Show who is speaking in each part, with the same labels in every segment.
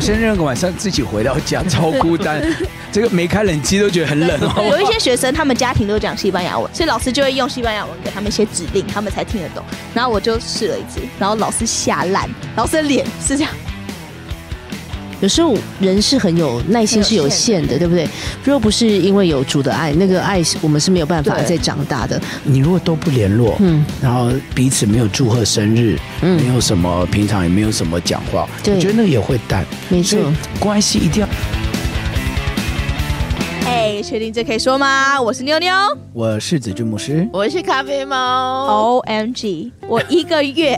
Speaker 1: 生日那个晚上自己回到家超孤 单，这个没开冷气都觉得很冷哦。
Speaker 2: 有一些学生，他们家庭都讲西班牙文，所以老师就会用西班牙文给他们一些指令，他们才听得懂。然后我就试了一次，然后老师吓烂，老师的脸 是这样。
Speaker 3: 有时候人是很有耐心，是有限的，对不对？若不是因为有主的爱，那个爱是我们是没有办法
Speaker 2: 对
Speaker 3: 再长大的。
Speaker 1: 你如果都不联络，
Speaker 3: 嗯
Speaker 1: 然后彼此没有祝贺生日，
Speaker 3: 嗯
Speaker 1: 没有什么平常也没有什么讲话，
Speaker 3: 对
Speaker 1: 我觉得那个也会淡。
Speaker 3: 没
Speaker 1: 所
Speaker 3: 错
Speaker 1: 以关系一定要。
Speaker 2: 哎，确定这可以说吗？我是妞妞。
Speaker 1: 我是子君牧师，
Speaker 4: 我是咖啡猫。
Speaker 2: O M G，我一个月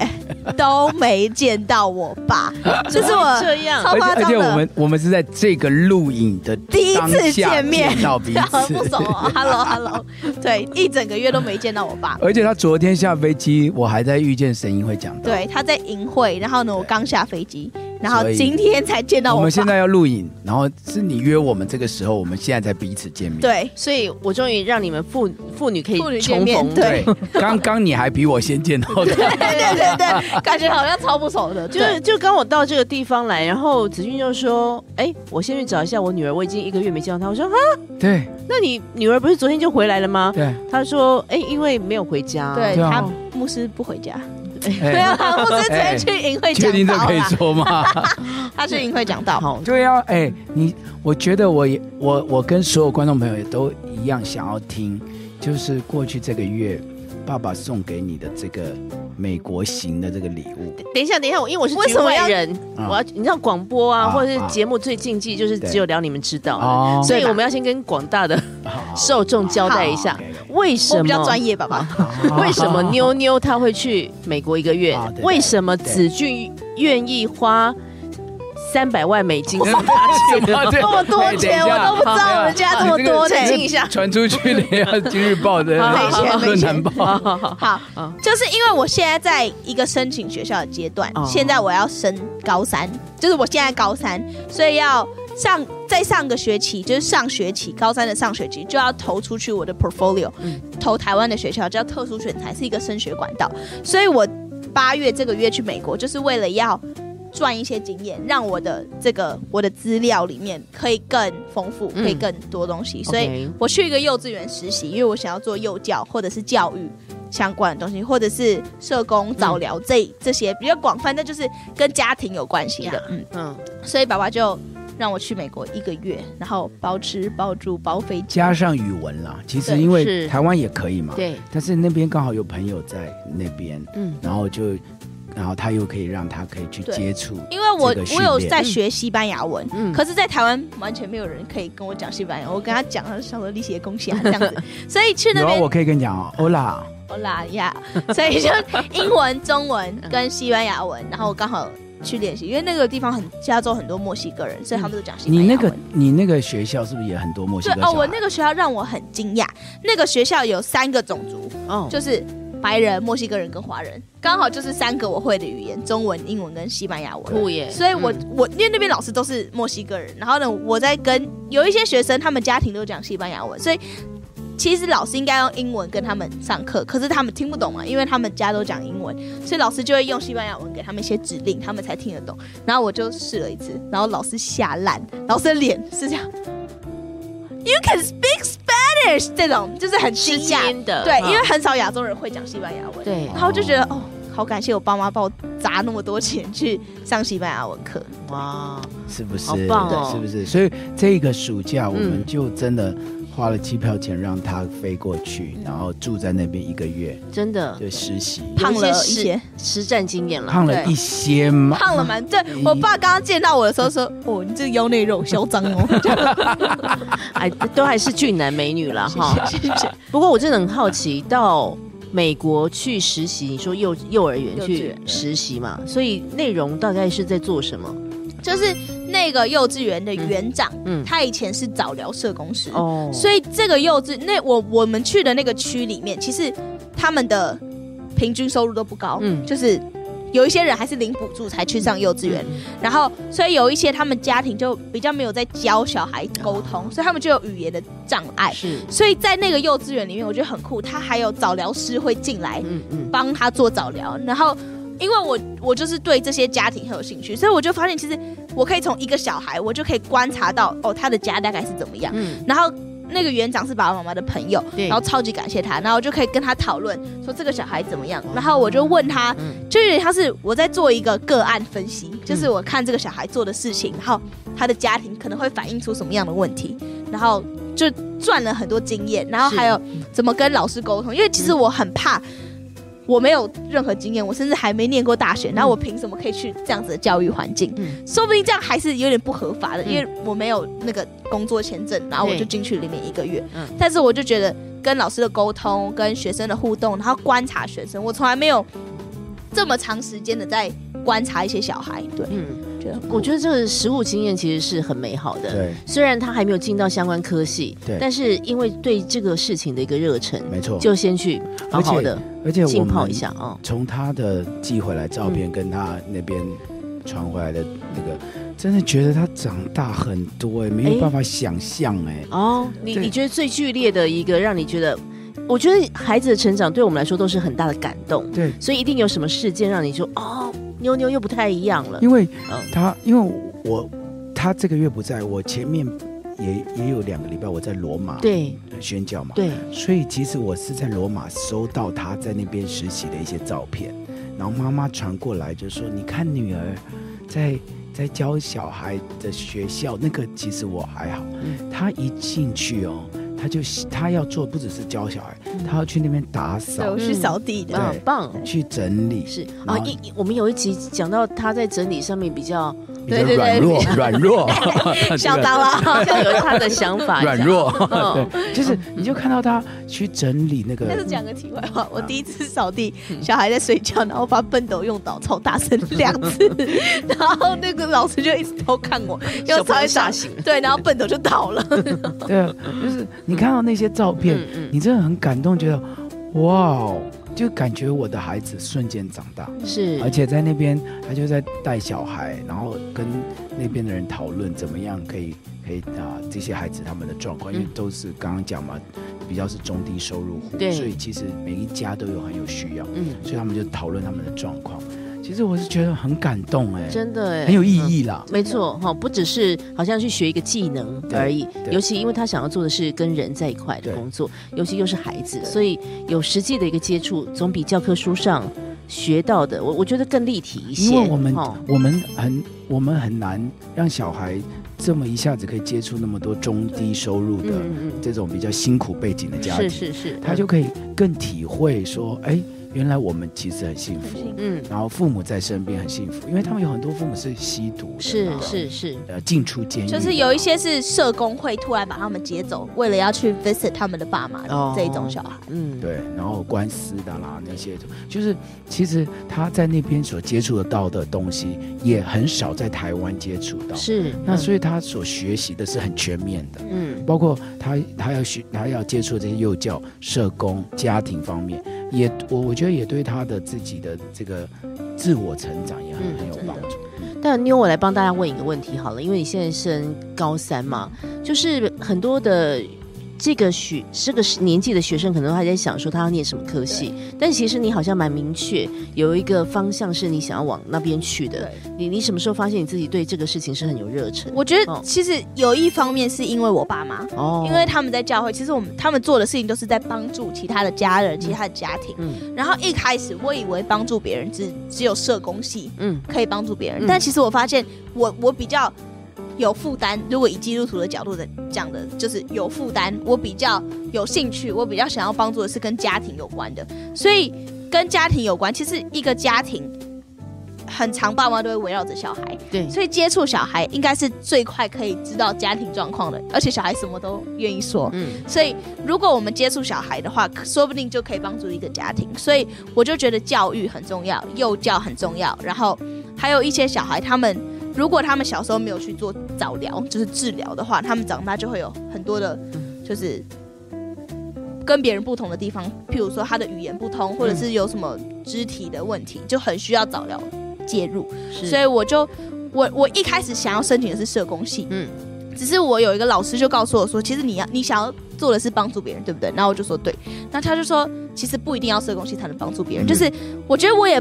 Speaker 2: 都没见到我 爸，这是我
Speaker 4: 这样
Speaker 2: 超
Speaker 1: 而且
Speaker 2: 夸
Speaker 1: 而
Speaker 2: 张
Speaker 1: 且我
Speaker 2: 的。
Speaker 1: 们我们是在这个录影的
Speaker 2: 第一
Speaker 1: 当
Speaker 2: 次
Speaker 1: 下
Speaker 2: 见面
Speaker 1: 见到彼
Speaker 2: 很
Speaker 1: 此，
Speaker 2: 不熟哦 ，Hello Hello，对，一整个月都没见到我爸。
Speaker 1: 而且他昨天下飞机，我还在遇见神音会讲到。
Speaker 2: 对，他在营会，然后呢，我刚下飞机，然后
Speaker 1: 所以
Speaker 2: 今天才见到
Speaker 1: 我
Speaker 2: 我
Speaker 1: 们
Speaker 2: 爸。
Speaker 1: 现在要录影，然后是你约我们这个时候，我们现在才彼此见面。
Speaker 2: 对，
Speaker 4: 所以，我终于让你们父父女可
Speaker 2: 父女
Speaker 4: 以
Speaker 2: 见
Speaker 4: 重
Speaker 2: 面
Speaker 4: 逢。
Speaker 2: 对
Speaker 1: 对，刚刚你还比我先见到的。
Speaker 2: 对对对对，感觉好像超不熟的，就
Speaker 4: 就是是就刚我到这个地方来，然后子俊就说：“哎，我先去找一下我女儿，我已经一个月没见到她。”我说：“哈，
Speaker 1: 对
Speaker 4: 那你女儿不是昨天就回来了吗
Speaker 1: 对，？”
Speaker 4: 他说：“哎，因为没有回家。”
Speaker 2: 对
Speaker 1: 对啊
Speaker 2: 他牧师不回家，
Speaker 1: 哎
Speaker 2: 对啊，牧师昨天去营会
Speaker 1: 确
Speaker 2: 讲
Speaker 1: 定这
Speaker 2: 道啊
Speaker 1: 可以
Speaker 2: 啦，
Speaker 1: 说吗？
Speaker 2: 他去营会讲道。
Speaker 4: 好，
Speaker 1: 对啊，哎，你，我觉得我也，我我跟所有观众朋友也都一样，想要听，就是过去这个月，爸爸送给你的这个美国行的这个礼物，
Speaker 4: 等一下，等一下，我因为我是
Speaker 2: 为
Speaker 4: 局
Speaker 2: 什么
Speaker 4: 外
Speaker 2: 要
Speaker 4: 人，
Speaker 1: 啊
Speaker 4: 我要你知道广播啊，
Speaker 1: 啊
Speaker 4: 或者是节目最禁忌就是
Speaker 1: 对
Speaker 4: 只有聊你们知道
Speaker 1: 哦
Speaker 4: 的，所以我们要先跟广大的受众交代一下
Speaker 1: 好好，
Speaker 4: 为什
Speaker 2: 我
Speaker 4: 么
Speaker 2: 比较专业，爸爸。
Speaker 4: 为什么妞妞她会去美国一个月
Speaker 1: 啊对？对
Speaker 4: 为什么子俊愿意花三百万美金送她去？
Speaker 1: 这
Speaker 2: 这么多钱，我都不知道我们家这么多呢。
Speaker 4: 澄清一下
Speaker 1: 哎传出去的呀，《今日报》的
Speaker 4: 没
Speaker 2: 钱没钱
Speaker 1: 论坛报，
Speaker 4: 好好好
Speaker 2: 好，
Speaker 4: 嗯
Speaker 2: 就是因为我现在在一个申请学校的阶段，
Speaker 4: 哦
Speaker 2: 现在我要升高三，就是我现在高三，所以要上在上个学期，就是上学期高三的上学期就要投出去我的 portfolio，、
Speaker 4: 嗯
Speaker 2: 投台湾的学校叫特殊选材，是一个升学管道，所以我八月这个月去美国，就是为了要。赚一些经验，让我的这个我的资料里面可以更丰富，
Speaker 4: 嗯
Speaker 2: 可以更多东西，所以
Speaker 4: OK
Speaker 2: 我去一个幼稚园实习，因为我想要做幼教或者是教育相关的东西，或者是社工、早疗这、这些比较广泛，那就是跟家庭有关系的。嗯，
Speaker 4: 嗯，
Speaker 2: 所以爸爸就让我去美国一个月，然后包吃包住包飞机。
Speaker 1: 加上语文啦，其实
Speaker 2: 对
Speaker 1: 因为
Speaker 4: 是
Speaker 1: 台湾也可以嘛，
Speaker 4: 对，
Speaker 1: 但是那边刚好有朋友在那边，
Speaker 4: 嗯，
Speaker 1: 然后就，然后他又可以让他可以去
Speaker 2: 对
Speaker 1: 接触，
Speaker 2: 因为我
Speaker 1: 这个训
Speaker 2: 我
Speaker 1: 练
Speaker 2: 有在学西班牙文，
Speaker 4: 嗯
Speaker 2: 可是，在台湾完全没有人可以跟我讲西班牙。我跟他讲，他就想说利息的恭喜啊这 样子，所以去那
Speaker 1: 然后
Speaker 2: 边
Speaker 1: 我可以跟你讲哦，欧啦，
Speaker 2: 欧啦呀，所以就英文、中文
Speaker 1: 嗯
Speaker 2: 跟西班牙文，然后我刚好去练习，因为那个地方很加州很多墨西哥人，所以他们都讲西班
Speaker 1: 嗯
Speaker 2: 牙
Speaker 1: 你
Speaker 2: 文。
Speaker 1: 那个你那个学校是不是也很多墨西
Speaker 2: 对
Speaker 1: 哥小孩？
Speaker 2: 哦，我那个学校让我很惊讶，那个学校有三个种族，
Speaker 4: 哦，
Speaker 2: 就是白人、墨西哥人跟华人，刚好就是三个我会的语言：中文、英文跟西班牙文。
Speaker 4: 酷耶！
Speaker 2: 所以我、
Speaker 4: 嗯
Speaker 2: 我因为那边老师都是墨西哥人，然后呢，我在跟有一些学生，他们家庭都讲西班牙文，所以其实老师应该用英文跟他们上课，可是他们听不懂嘛，因为他们家都讲英文，所以老师就会用西班牙文给他们一些指令，他们才听得懂。然后我就试了一次，然后老师吓烂，老师的脸是这样，You can speak Spanish 这种就是很惊
Speaker 4: 吃
Speaker 2: 讶，
Speaker 4: 惊的，
Speaker 2: 对，
Speaker 4: 嗯
Speaker 2: 因为很少亚洲人会讲西班牙文，
Speaker 4: 对
Speaker 2: 然后我就觉得哦，好感谢我爸妈帮我砸那么多钱去上西班牙文课。
Speaker 4: 哇，
Speaker 1: 是不是？
Speaker 4: 好棒哦
Speaker 1: 是不是？所以这个暑假我
Speaker 4: 嗯
Speaker 1: 们就真的花了机票钱让他飞过去，然后住在那边一个月，
Speaker 4: 真的
Speaker 1: 就实习，
Speaker 2: 胖了
Speaker 4: 有
Speaker 2: 一
Speaker 4: 实
Speaker 2: 些，
Speaker 4: 实战经验了。
Speaker 1: 胖了一些嘛。
Speaker 2: 胖了蛮。对我爸刚刚见到我的时候说：“哦，你这个腰内肉嚣张 哦。这样
Speaker 4: 哎，都还是俊男美女了哈。”
Speaker 2: 谢谢谢谢。
Speaker 4: 不过我真的很好奇，到美国去实习，你说幼幼儿园
Speaker 2: 幼稚
Speaker 4: 去
Speaker 2: 园
Speaker 4: 实习嘛，所以内容大概是在做什么？
Speaker 2: 就是那个幼稚园的园长，
Speaker 4: 嗯嗯
Speaker 2: 他以前是早疗社工师，
Speaker 4: 哦
Speaker 2: 所
Speaker 4: 以
Speaker 2: 以这个幼稚那我我们去的那个区里面，其实他们的平均收入都不高，
Speaker 4: 嗯
Speaker 2: 就是有一些人还是领补助才去上幼稚园，然后所以有一些他们家庭就比较没有在教小孩沟
Speaker 3: 嗯
Speaker 2: 通，所以他们就有语言的障碍。
Speaker 4: 是，
Speaker 2: 所以在那个幼稚园里面，我觉得很酷，他还有早疗师会进来
Speaker 4: 嗯嗯，
Speaker 2: 帮他做早疗，然后因为我我就是对这些家庭很有兴趣，所以我就发现其实我可以从一个小孩，我就可以观察到哦他的家大概是怎么样。
Speaker 3: 嗯，
Speaker 2: 然后那个园长是爸爸妈妈的朋友，
Speaker 3: 对
Speaker 2: 然后超级感谢他，然后我就可以跟他讨论说这个小孩怎么样，然后我就问他，
Speaker 3: 嗯
Speaker 2: 就有点像是我在做一个个案分析，就是我看这个小孩做的事情，然后他的家庭可能会反映出什么样的问题，然后就赚了很多经验，然后还有怎么跟老师沟通，因为其实我很怕。我没有任何经验，我甚至还没念过大学，然后我凭什么可以去这样子的教育环境？
Speaker 3: 嗯
Speaker 2: 说不定这样还是有点不合法的，
Speaker 3: 嗯
Speaker 2: 因为我没有那个工作签证，然后我
Speaker 3: 对
Speaker 2: 就进去里面一个月。
Speaker 3: 嗯
Speaker 2: 但是我就觉得跟老师的沟通、跟学生的互动，然后观察学生，我从来没有这么长时间的在观察一些小孩。对，
Speaker 3: 嗯，
Speaker 2: 觉得很酷
Speaker 3: 我觉得这个实务经验其实是很美好的。
Speaker 1: 对，
Speaker 3: 虽然他还没有进到相关科系，
Speaker 1: 对
Speaker 3: 但是因为对这个事情的一个热忱，
Speaker 1: 没错。
Speaker 3: 就先去好好的
Speaker 1: 而且我
Speaker 3: 浸泡
Speaker 1: 们
Speaker 3: 一下啊。
Speaker 1: 从他的寄回来照片跟他那边传回来的那个，真的觉得他长大很多哎、没有办法想象哎、
Speaker 3: 哦，
Speaker 4: 你
Speaker 1: 对
Speaker 4: 你
Speaker 3: 你觉得最剧烈的一个让你觉得，我觉得孩子的成长对我们来说都是很大的感动，
Speaker 1: 对，
Speaker 3: 所以一定有什么事件让你就哦，妞妞又不太一样了。
Speaker 1: 因为
Speaker 3: 嗯
Speaker 1: 他因为我他这个月不在，我前面也也有两个礼拜我在罗马
Speaker 3: 对
Speaker 1: 宣教嘛，
Speaker 3: 对，
Speaker 1: 所以其实我是在罗马收到他在那边实习的一些照片，然后妈妈传过来就说：“你看女儿在在教小孩的学校，那个其实我还好，
Speaker 2: 嗯
Speaker 1: 他一进去哦，他就他要做不只是教小孩，他要去那边打
Speaker 2: 嗯对
Speaker 1: 扫
Speaker 2: 我、去扫地的
Speaker 1: 对，
Speaker 3: 棒棒。
Speaker 1: 去整理，
Speaker 3: 是
Speaker 1: 然
Speaker 3: 啊，
Speaker 1: 后
Speaker 3: 一一我们有一集讲到他在整理上面比较
Speaker 1: 比较
Speaker 2: 对对对
Speaker 1: 软弱，软 弱，
Speaker 2: 小刀啦。
Speaker 3: 好像有他的想法，
Speaker 1: 啊 软弱，
Speaker 2: 哦
Speaker 3: 嗯
Speaker 1: 对，就是你就看到他去整理那
Speaker 2: 但
Speaker 1: 个，
Speaker 2: 是讲个题外话，我第一次扫地，小孩在睡觉，然后把笨斗用倒超大声两次，然后那个老师就一直偷看我，
Speaker 4: 小
Speaker 2: 又
Speaker 4: 朋
Speaker 2: 稍
Speaker 4: 友
Speaker 2: 微
Speaker 4: 吓
Speaker 2: 打
Speaker 4: 醒了。
Speaker 2: 对，然后笨斗就倒了。
Speaker 1: 对啊，就是你看到那些照片，
Speaker 3: 嗯
Speaker 1: 你真的很感动，觉得哇哦，就感觉我的孩子瞬间长大，
Speaker 3: 嗯，是
Speaker 1: 而且在那边他就在带小孩，然后跟那边的人讨论怎么样可以可以啊、这些孩子他们的状况，因为
Speaker 3: 嗯
Speaker 1: 都是刚刚讲嘛，比较是中低收入户，
Speaker 3: 对
Speaker 1: 所以其实每一家都有很有需要，
Speaker 3: 嗯，
Speaker 1: 所以他们就讨论他们的状况。其实我是觉得很感动哎、
Speaker 3: 真的哎，
Speaker 1: 很有意义啦。
Speaker 3: 没错，哈，不只是好像去学一个技能而已，
Speaker 1: 对
Speaker 3: 尤其因为他想要做的是跟人在一块的工作，尤其又是孩子，所以有实际的一个接触，总比教科书上学到的，我我觉得更立体一些。
Speaker 1: 因为我们、
Speaker 3: 哦
Speaker 1: 我们很我们很难让小孩这么一下子可以接触那么多中低收入的
Speaker 3: 嗯嗯
Speaker 1: 这种比较辛苦背景的
Speaker 3: 嗯，
Speaker 1: 家庭，
Speaker 3: 是是是，
Speaker 1: 他就可以更体会说，哎，原来我们其实很幸福，
Speaker 3: 嗯
Speaker 1: 然后父母在身边很幸福，因为他们有很多父母是吸毒的，
Speaker 3: 是
Speaker 1: 然后
Speaker 3: 是是，
Speaker 1: 呃进出监狱的，
Speaker 2: 就是有一些是社工会突然把他们接走，为了要去 visit 他们的爸妈
Speaker 3: 哦
Speaker 2: 这一种小孩。
Speaker 3: 嗯，
Speaker 1: 对，然后官司的啦那些，就是其实他在那边所接触得到的东西也很少在台湾接触到，
Speaker 3: 是
Speaker 1: 那所以他所学习的是很全面的。
Speaker 3: 嗯
Speaker 1: 包括他他要学他要接触这些幼教、社工、家庭方面，也我我觉得也对他的自己的这个自我成长也很、
Speaker 3: 嗯
Speaker 1: 很有帮助。
Speaker 3: 但妞，我来帮大家问一个问题好了，因为你现在升高三嘛，就是很多的这个学这个年纪的学生，可能还在想说他要念什么科系，但其实你好像蛮明确有一个方向是你想要往那边去的。你你什么时候发现你自己对这个事情是很有热忱？
Speaker 2: 我觉
Speaker 3: 哦
Speaker 2: 得其实有一方面是因为我爸妈，
Speaker 3: 哦
Speaker 2: 因为他们在教会，其实我们他们做的事情都是在帮助其他的家人、其他的家庭。
Speaker 3: 嗯
Speaker 2: 然后一开始我以为帮助别人只只有社工系
Speaker 3: 嗯
Speaker 2: 可以帮助别人，
Speaker 3: 嗯
Speaker 2: 但其实我发现我我比较有负担。如果以基督徒的角度的讲的，就是有负担，我比较有兴趣，我比较想要帮助的是跟家庭有关的，所以跟家庭有关，其实一个家庭。很常爸妈都会围绕着小孩，
Speaker 3: 对
Speaker 2: 所以接触小孩应该是最快可以知道家庭状况的，而且小孩什么都愿意说。
Speaker 3: 嗯
Speaker 2: 所以，如果我们接触小孩的话，可说不定就可以帮助一个家庭。所以，我就觉得教育很重要，幼教很重要。然后，还有一些小孩，他们如果他们小时候没有去做早疗，就是治疗的话，他们长大就会有很多的，就是跟别人不同的地方，譬如说他的语言不通，或者是有什么肢体的问题，就很需要早疗介入。
Speaker 3: 是
Speaker 2: 所以我就我我一开始想要申请的是社工系，
Speaker 3: 嗯
Speaker 2: 嗯，只是我有一个老师就告诉我说，其实你要你想要做的是帮助别人，对不对？然后我就说对，那他就说其实不一定要社工系才能帮助别
Speaker 1: 嗯
Speaker 2: 人，就是我觉得我也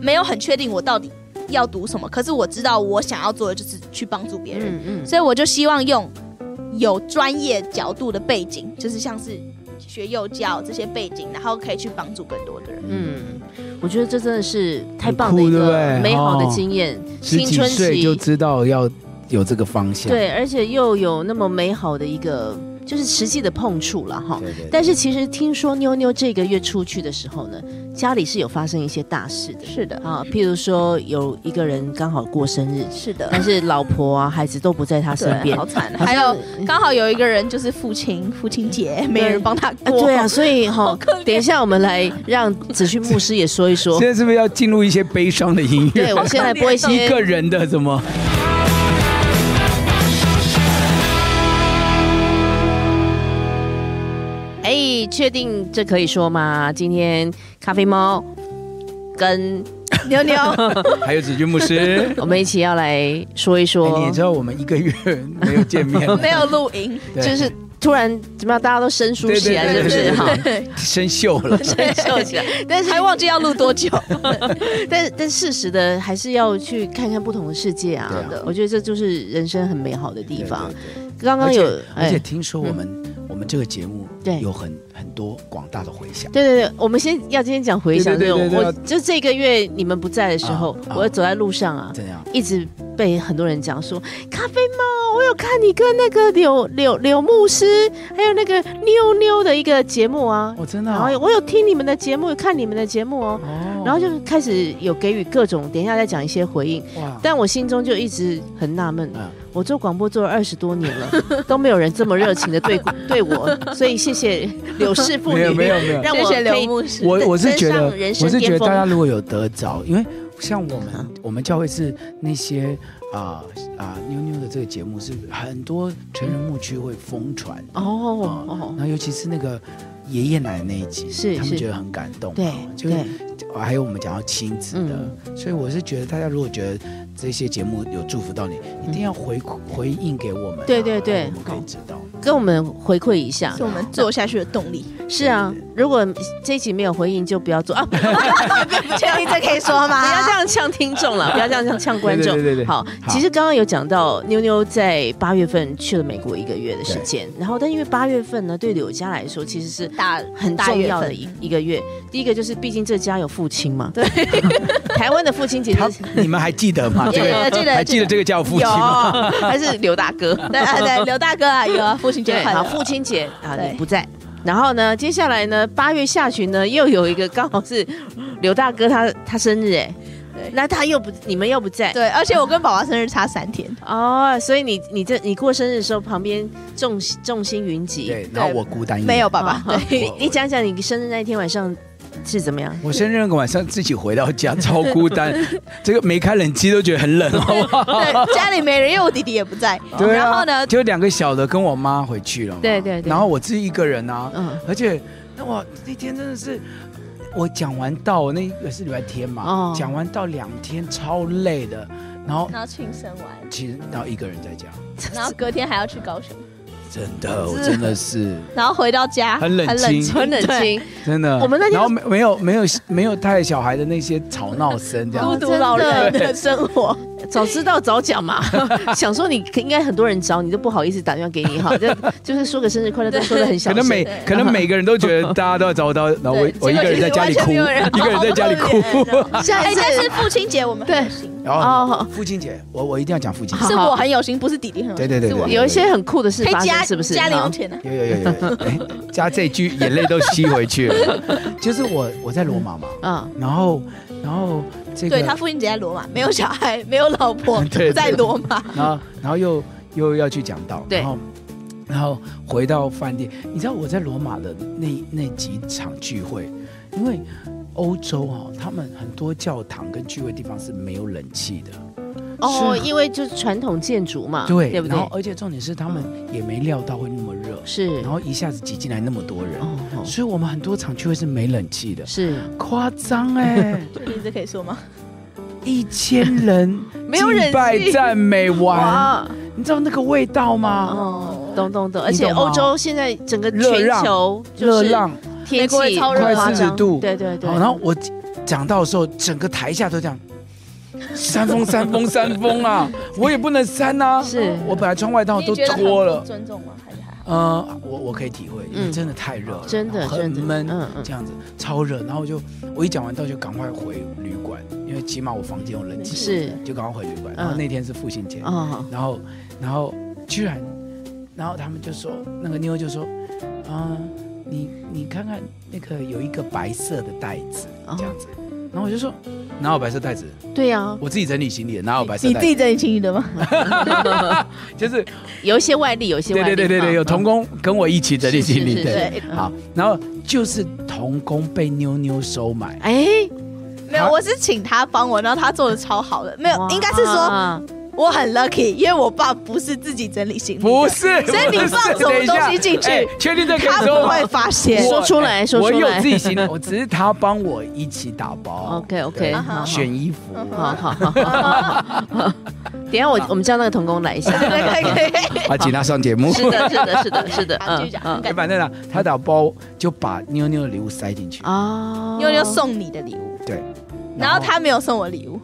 Speaker 2: 没有很确定我到底要读什么，可是我知道我想要做的就是去帮助别人，
Speaker 3: 嗯嗯，
Speaker 2: 所以我就希望用有专业角度的背景，就是像是学幼教这些背景，然后可以去帮助更多的人。
Speaker 3: 嗯，我觉得这真的是太
Speaker 1: 很
Speaker 3: 棒的
Speaker 1: 酷
Speaker 3: 一
Speaker 1: 对不
Speaker 3: 个
Speaker 1: 对
Speaker 3: 美好的
Speaker 1: 哦
Speaker 3: 经验，
Speaker 1: 十
Speaker 3: 青
Speaker 1: 几
Speaker 3: 春
Speaker 1: 岁就
Speaker 3: 期，
Speaker 1: 知道要有这个方向，
Speaker 3: 对，而且又有那么美好的一个就是实际的碰触了哈。
Speaker 1: 对对
Speaker 3: 但是其实听说妞妞这个月出去的时候呢，家里是有发生一些大事的
Speaker 2: 是的，
Speaker 3: 啊，譬如说有一个人刚好过生日，
Speaker 2: 是的，
Speaker 3: 但是老婆啊孩子都不在他身
Speaker 2: 对，
Speaker 3: 边
Speaker 2: 好，惨。啊
Speaker 3: 好像啊
Speaker 2: 还有刚好有一个人就是父亲，父亲节没人帮他
Speaker 3: 啊，
Speaker 2: 过。
Speaker 3: 对啊，，所以哈、
Speaker 2: 好可怜
Speaker 3: 等一下我们来让子勋牧师也说一说
Speaker 1: 现。在是不是要进入一些悲伤的音乐？
Speaker 3: 对，我现在播一些
Speaker 1: 一 个人的怎么？
Speaker 3: 哎，确定这可以说吗？今天咖啡猫跟
Speaker 2: 妞妞，
Speaker 1: 还有子君牧师
Speaker 3: 。我们一起要来说一
Speaker 1: 哎
Speaker 3: 说，
Speaker 1: 你也知道我们一个月没有见面，
Speaker 2: 没有录音，
Speaker 1: 对
Speaker 3: 就是突然怎么样，大家都生疏起来，是
Speaker 1: 对
Speaker 3: 不
Speaker 1: 对
Speaker 3: 是？哈，
Speaker 2: 对，
Speaker 1: 生锈了。
Speaker 3: 生疏起来。但是
Speaker 2: 还忘记要录多久。
Speaker 3: 但但事实的还是要去看看不同的世界啊
Speaker 1: 对啊。
Speaker 3: 我觉得这就是人生很美好的地方
Speaker 1: 对。对对
Speaker 3: 刚刚有，
Speaker 1: 而且
Speaker 3: 哎
Speaker 1: 听说我们、我们这个节目
Speaker 3: 对
Speaker 1: 有很很多广大的回响。
Speaker 3: 对对对，我们先要今天讲回想这
Speaker 1: 对对对，
Speaker 3: 种
Speaker 1: 对
Speaker 3: 我
Speaker 1: 对
Speaker 3: 就这个月你们不在的时候
Speaker 1: 啊，啊
Speaker 3: 我走在路上啊，
Speaker 1: 这样，
Speaker 3: 一直被很多人讲说，咖啡猫，我有看你跟那个柳柳柳牧师，还有那个妞妞的一个节目啊，
Speaker 1: 哦，真的、
Speaker 3: 然后
Speaker 1: 哦，
Speaker 3: 我有听你们的节目，有看你们的节目哦，
Speaker 1: 哦
Speaker 3: 然后就开始有给予各种，等一下再讲一些回应，
Speaker 1: 哇，
Speaker 3: 但我心中就一直很纳闷
Speaker 1: 嗯，
Speaker 3: 我做广播做了二十多年了， 都没有人这么热情的对 对我，所以谢谢柳氏妇
Speaker 1: 没
Speaker 3: 女
Speaker 1: 有，没有没有，
Speaker 3: 让
Speaker 2: 谢
Speaker 3: 我
Speaker 2: 谢
Speaker 3: 可
Speaker 2: 刘
Speaker 3: 以
Speaker 2: 牧师。
Speaker 1: 我我是
Speaker 3: 登
Speaker 1: 觉得
Speaker 3: 上人生
Speaker 1: 我是觉得
Speaker 3: 巅峰嗯
Speaker 1: 大家如果有得着，因为像我们我们教会是那些啊啊妞妞的这个节目是很多成人牧区会疯传
Speaker 3: 哦
Speaker 1: 哦
Speaker 3: 哦，
Speaker 1: 然后尤其是那个爷爷奶奶那一集，
Speaker 3: 是
Speaker 1: 他们
Speaker 3: 是
Speaker 1: 觉得很感动嘛，啊
Speaker 3: 对
Speaker 1: 哦就是
Speaker 3: 对，
Speaker 1: 还有我们讲到亲子的，所以我是觉得大家如果觉得这些节目有祝福到你，一定要回馈回应给我们啊、
Speaker 3: 对对
Speaker 1: 让
Speaker 3: 对
Speaker 1: 我们可以知道。
Speaker 3: 跟我们回馈一下
Speaker 2: 是。我们做下去的动力。
Speaker 3: 是啊
Speaker 1: 对对，
Speaker 3: 如果这一集没有回应，就不要做啊！不
Speaker 2: 确定这可以说 吗？
Speaker 3: 要这样呛听 众了，不要这样呛呛观众。
Speaker 1: 对对对对对
Speaker 3: 好，
Speaker 1: 好
Speaker 3: 其实刚刚有讲到妞妞在八月份去了美国一个月的时间，然后但因为八月份呢，对柳家来说其实是
Speaker 2: 打
Speaker 3: 很
Speaker 2: 大
Speaker 3: 重
Speaker 2: 月
Speaker 3: 要的
Speaker 2: 份
Speaker 3: 一一个月。第一个就是，毕竟这家有父亲嘛，对， 台湾的父亲节
Speaker 1: 他
Speaker 3: 是
Speaker 1: 你们还记得吗？这个
Speaker 2: 记得记得
Speaker 1: 还记得这个叫父亲
Speaker 3: 有，
Speaker 1: 吗？
Speaker 3: 还是刘大 哥？
Speaker 2: 对啊对，刘大哥啊，有啊，父亲节
Speaker 3: 对，
Speaker 2: 快乐
Speaker 3: 好，。父亲节啊，
Speaker 2: 对
Speaker 3: 你不在。然后呢，接下来呢，八月下旬呢，又有一个刚好是刘大哥他他生日哎
Speaker 2: 对，
Speaker 3: 那他又不你们又不在
Speaker 2: 对，而且我跟宝宝生日差三天，
Speaker 3: 哦，所以你你这你过生日的时候，旁边众众星云集，
Speaker 1: 对，然后我孤单一
Speaker 2: 没有
Speaker 1: 人。
Speaker 2: 爸爸
Speaker 3: 哦。
Speaker 2: 对，
Speaker 3: 你你讲讲你生日那一天晚上是怎么样？
Speaker 1: 我生日那个晚上自己回到家超孤单，这个没开冷气都觉得很冷，好不好？
Speaker 2: 对，家里没人，因为我弟弟也不在。
Speaker 1: 对啊
Speaker 2: 然后呢，
Speaker 1: 就两个小的跟我妈回去了嘛，
Speaker 3: 对对对
Speaker 1: 然后我自己一个人啊，
Speaker 3: 嗯，
Speaker 1: 而且那我那天真的是，我讲完到那个是礼拜天嘛
Speaker 3: 哦，
Speaker 1: 讲、完到两天超累的，然后
Speaker 2: 然后庆生完，
Speaker 1: 其实然后一个人在家，
Speaker 2: 然后隔天还要去高雄，
Speaker 1: 真的，我真的是
Speaker 2: 然后回到家
Speaker 1: 很冷清
Speaker 3: 很冷，
Speaker 2: 对
Speaker 3: 清，
Speaker 1: 真的。
Speaker 3: 我们那天
Speaker 1: 然后没没有没有没有带小孩的那些吵闹声这
Speaker 2: 孤
Speaker 1: 样。
Speaker 2: 独老人的生活。
Speaker 3: 早知道早讲嘛， 想说你应该很多人找你都不好意思打电话给你哈，就就是说个生日快乐都说的很小
Speaker 1: 可
Speaker 3: 声，
Speaker 1: 能每
Speaker 2: 对
Speaker 1: 可能每个人都觉得大家都要找我到，然后啊我
Speaker 2: 对
Speaker 1: 我一个人在家里哭，
Speaker 2: 结
Speaker 1: 一
Speaker 2: 果其实完全没有人哦
Speaker 1: 个人在家里哭。
Speaker 3: 下
Speaker 2: 哎
Speaker 3: 一，次
Speaker 2: 但是父亲节我们很有心，
Speaker 1: 然后
Speaker 3: 哦
Speaker 1: 父亲节，我我一定要讲父亲
Speaker 3: 好
Speaker 1: 节。
Speaker 2: 是我很有心，不是弟弟很有心，
Speaker 1: 对对对
Speaker 2: 是我
Speaker 1: 对
Speaker 3: 有一些很酷的事
Speaker 2: 可
Speaker 3: 发
Speaker 2: 以
Speaker 3: 生
Speaker 2: 加，
Speaker 3: 是不是？
Speaker 2: 加零
Speaker 3: 好
Speaker 2: 用钱呢？
Speaker 1: 有有有有有，哎，加这句眼泪都吸回去了。就是我我在罗马嘛，
Speaker 3: 嗯，
Speaker 1: 然后，然后这个，，
Speaker 2: 对他父亲节在罗马，没有小孩，没有老婆
Speaker 1: 对对
Speaker 2: 在罗马。
Speaker 1: 然后，然后又又要去讲道，
Speaker 3: 对
Speaker 1: 然后，然后回到饭店，你知道我在罗马的那那几场聚会，因为欧洲哦，他们很多教堂跟聚会地方是没有冷气的，
Speaker 3: 哦，
Speaker 1: 是
Speaker 3: 因为就是传统建筑嘛，
Speaker 1: 对，
Speaker 3: 啊对不对
Speaker 1: 然后，？而且重点是他们也没料到会那么热，
Speaker 3: 是
Speaker 1: 然，后一下子挤进来那么多人，
Speaker 3: 哦，哦
Speaker 1: 所以我们很多场聚会是没冷气的，
Speaker 3: 是
Speaker 1: 夸张哎、
Speaker 2: 这名字可以说吗？
Speaker 1: 一千人
Speaker 2: 没有冷
Speaker 1: 敬拜
Speaker 2: 气
Speaker 1: 赞美完。
Speaker 3: 哇，
Speaker 1: 你知道那个味道吗？
Speaker 3: 哦，懂懂懂，而
Speaker 1: 你
Speaker 3: 且
Speaker 1: 懂吗
Speaker 3: 欧洲现在整个
Speaker 1: 热
Speaker 3: 全
Speaker 1: 浪
Speaker 3: 球就
Speaker 1: 热
Speaker 3: 是
Speaker 1: 浪，
Speaker 3: 天
Speaker 2: 美国
Speaker 3: 气
Speaker 2: 也超
Speaker 1: 热
Speaker 3: 很
Speaker 1: 快
Speaker 3: 夸张
Speaker 1: 40度
Speaker 3: 对对对，
Speaker 1: 好然后我讲到的时候，整个台下都这样，扇 风扇风扇风啊，我也不能扇啊，
Speaker 3: 是
Speaker 1: 我本来穿外套
Speaker 2: 你
Speaker 1: 都
Speaker 2: 觉得很
Speaker 1: 脱了
Speaker 2: 不，尊重吗？还是还好？
Speaker 1: 嗯，我我可以体会，因为
Speaker 3: 嗯
Speaker 1: 真的太热了，
Speaker 3: 真的
Speaker 1: 然后
Speaker 3: 真
Speaker 1: 很
Speaker 3: 的，
Speaker 1: 闷，
Speaker 3: 嗯嗯，
Speaker 1: 这样子超热，然后我就我一讲完到就赶快回旅馆，因为起码我房间有冷气，
Speaker 3: 是
Speaker 1: 就赶快回旅馆。然后
Speaker 3: 嗯
Speaker 1: 那天是父亲节，
Speaker 3: 哦，
Speaker 1: 然后然后居然，然后他们就说那个妞就说，啊、你你看看那个有一个白色的袋子
Speaker 3: 哦
Speaker 1: 这样子，然后我就说哪有白色袋子？
Speaker 3: 对呀，
Speaker 1: 我自己整理行李的哪有白色
Speaker 2: 你
Speaker 1: 袋子？
Speaker 2: 自己整理清理的吗？
Speaker 1: 就是
Speaker 3: 有一些外力，有一些
Speaker 1: 对
Speaker 3: 外力
Speaker 1: 对
Speaker 3: 嘛，
Speaker 1: 对对对，有童
Speaker 3: 工
Speaker 1: 工跟我一起整理行李的。
Speaker 2: 对，
Speaker 1: 好，然后就是童工被妞妞收买，
Speaker 3: 哎，
Speaker 2: 没有，
Speaker 1: 好
Speaker 2: 我是请他帮我，然后他做的超好的，没有，哎应该是说
Speaker 3: 哇
Speaker 2: 我很 lucky，因为我爸不是自己整理行李的，
Speaker 1: 不是，
Speaker 2: 所以你
Speaker 1: 不是
Speaker 2: 放什么
Speaker 1: 等一下
Speaker 2: 东西进去
Speaker 1: 哎确定这可
Speaker 2: 他
Speaker 1: 以
Speaker 2: 不
Speaker 1: 说吗
Speaker 2: 会？发现
Speaker 1: 我。
Speaker 3: 说出来
Speaker 1: 哎
Speaker 3: 说出
Speaker 1: 我有
Speaker 3: 来
Speaker 1: 自己行 李，我只是他帮我一起打包。
Speaker 3: OK OK，
Speaker 1: 对
Speaker 3: 好好嗯
Speaker 1: 选衣服，
Speaker 3: 好好好好好，好等一下我我们叫那个童工来一下。
Speaker 2: 对可以可以可以，
Speaker 1: 啊，请他上节目。
Speaker 3: 是的，是的，是的，是的，
Speaker 2: 好继续讲
Speaker 3: 嗯
Speaker 1: 哎反正啊，他打包就把妞妞的礼物塞进去，
Speaker 3: 哦，
Speaker 2: 妞妞送你的礼物，
Speaker 1: 对。
Speaker 2: 然后他没有送我礼物，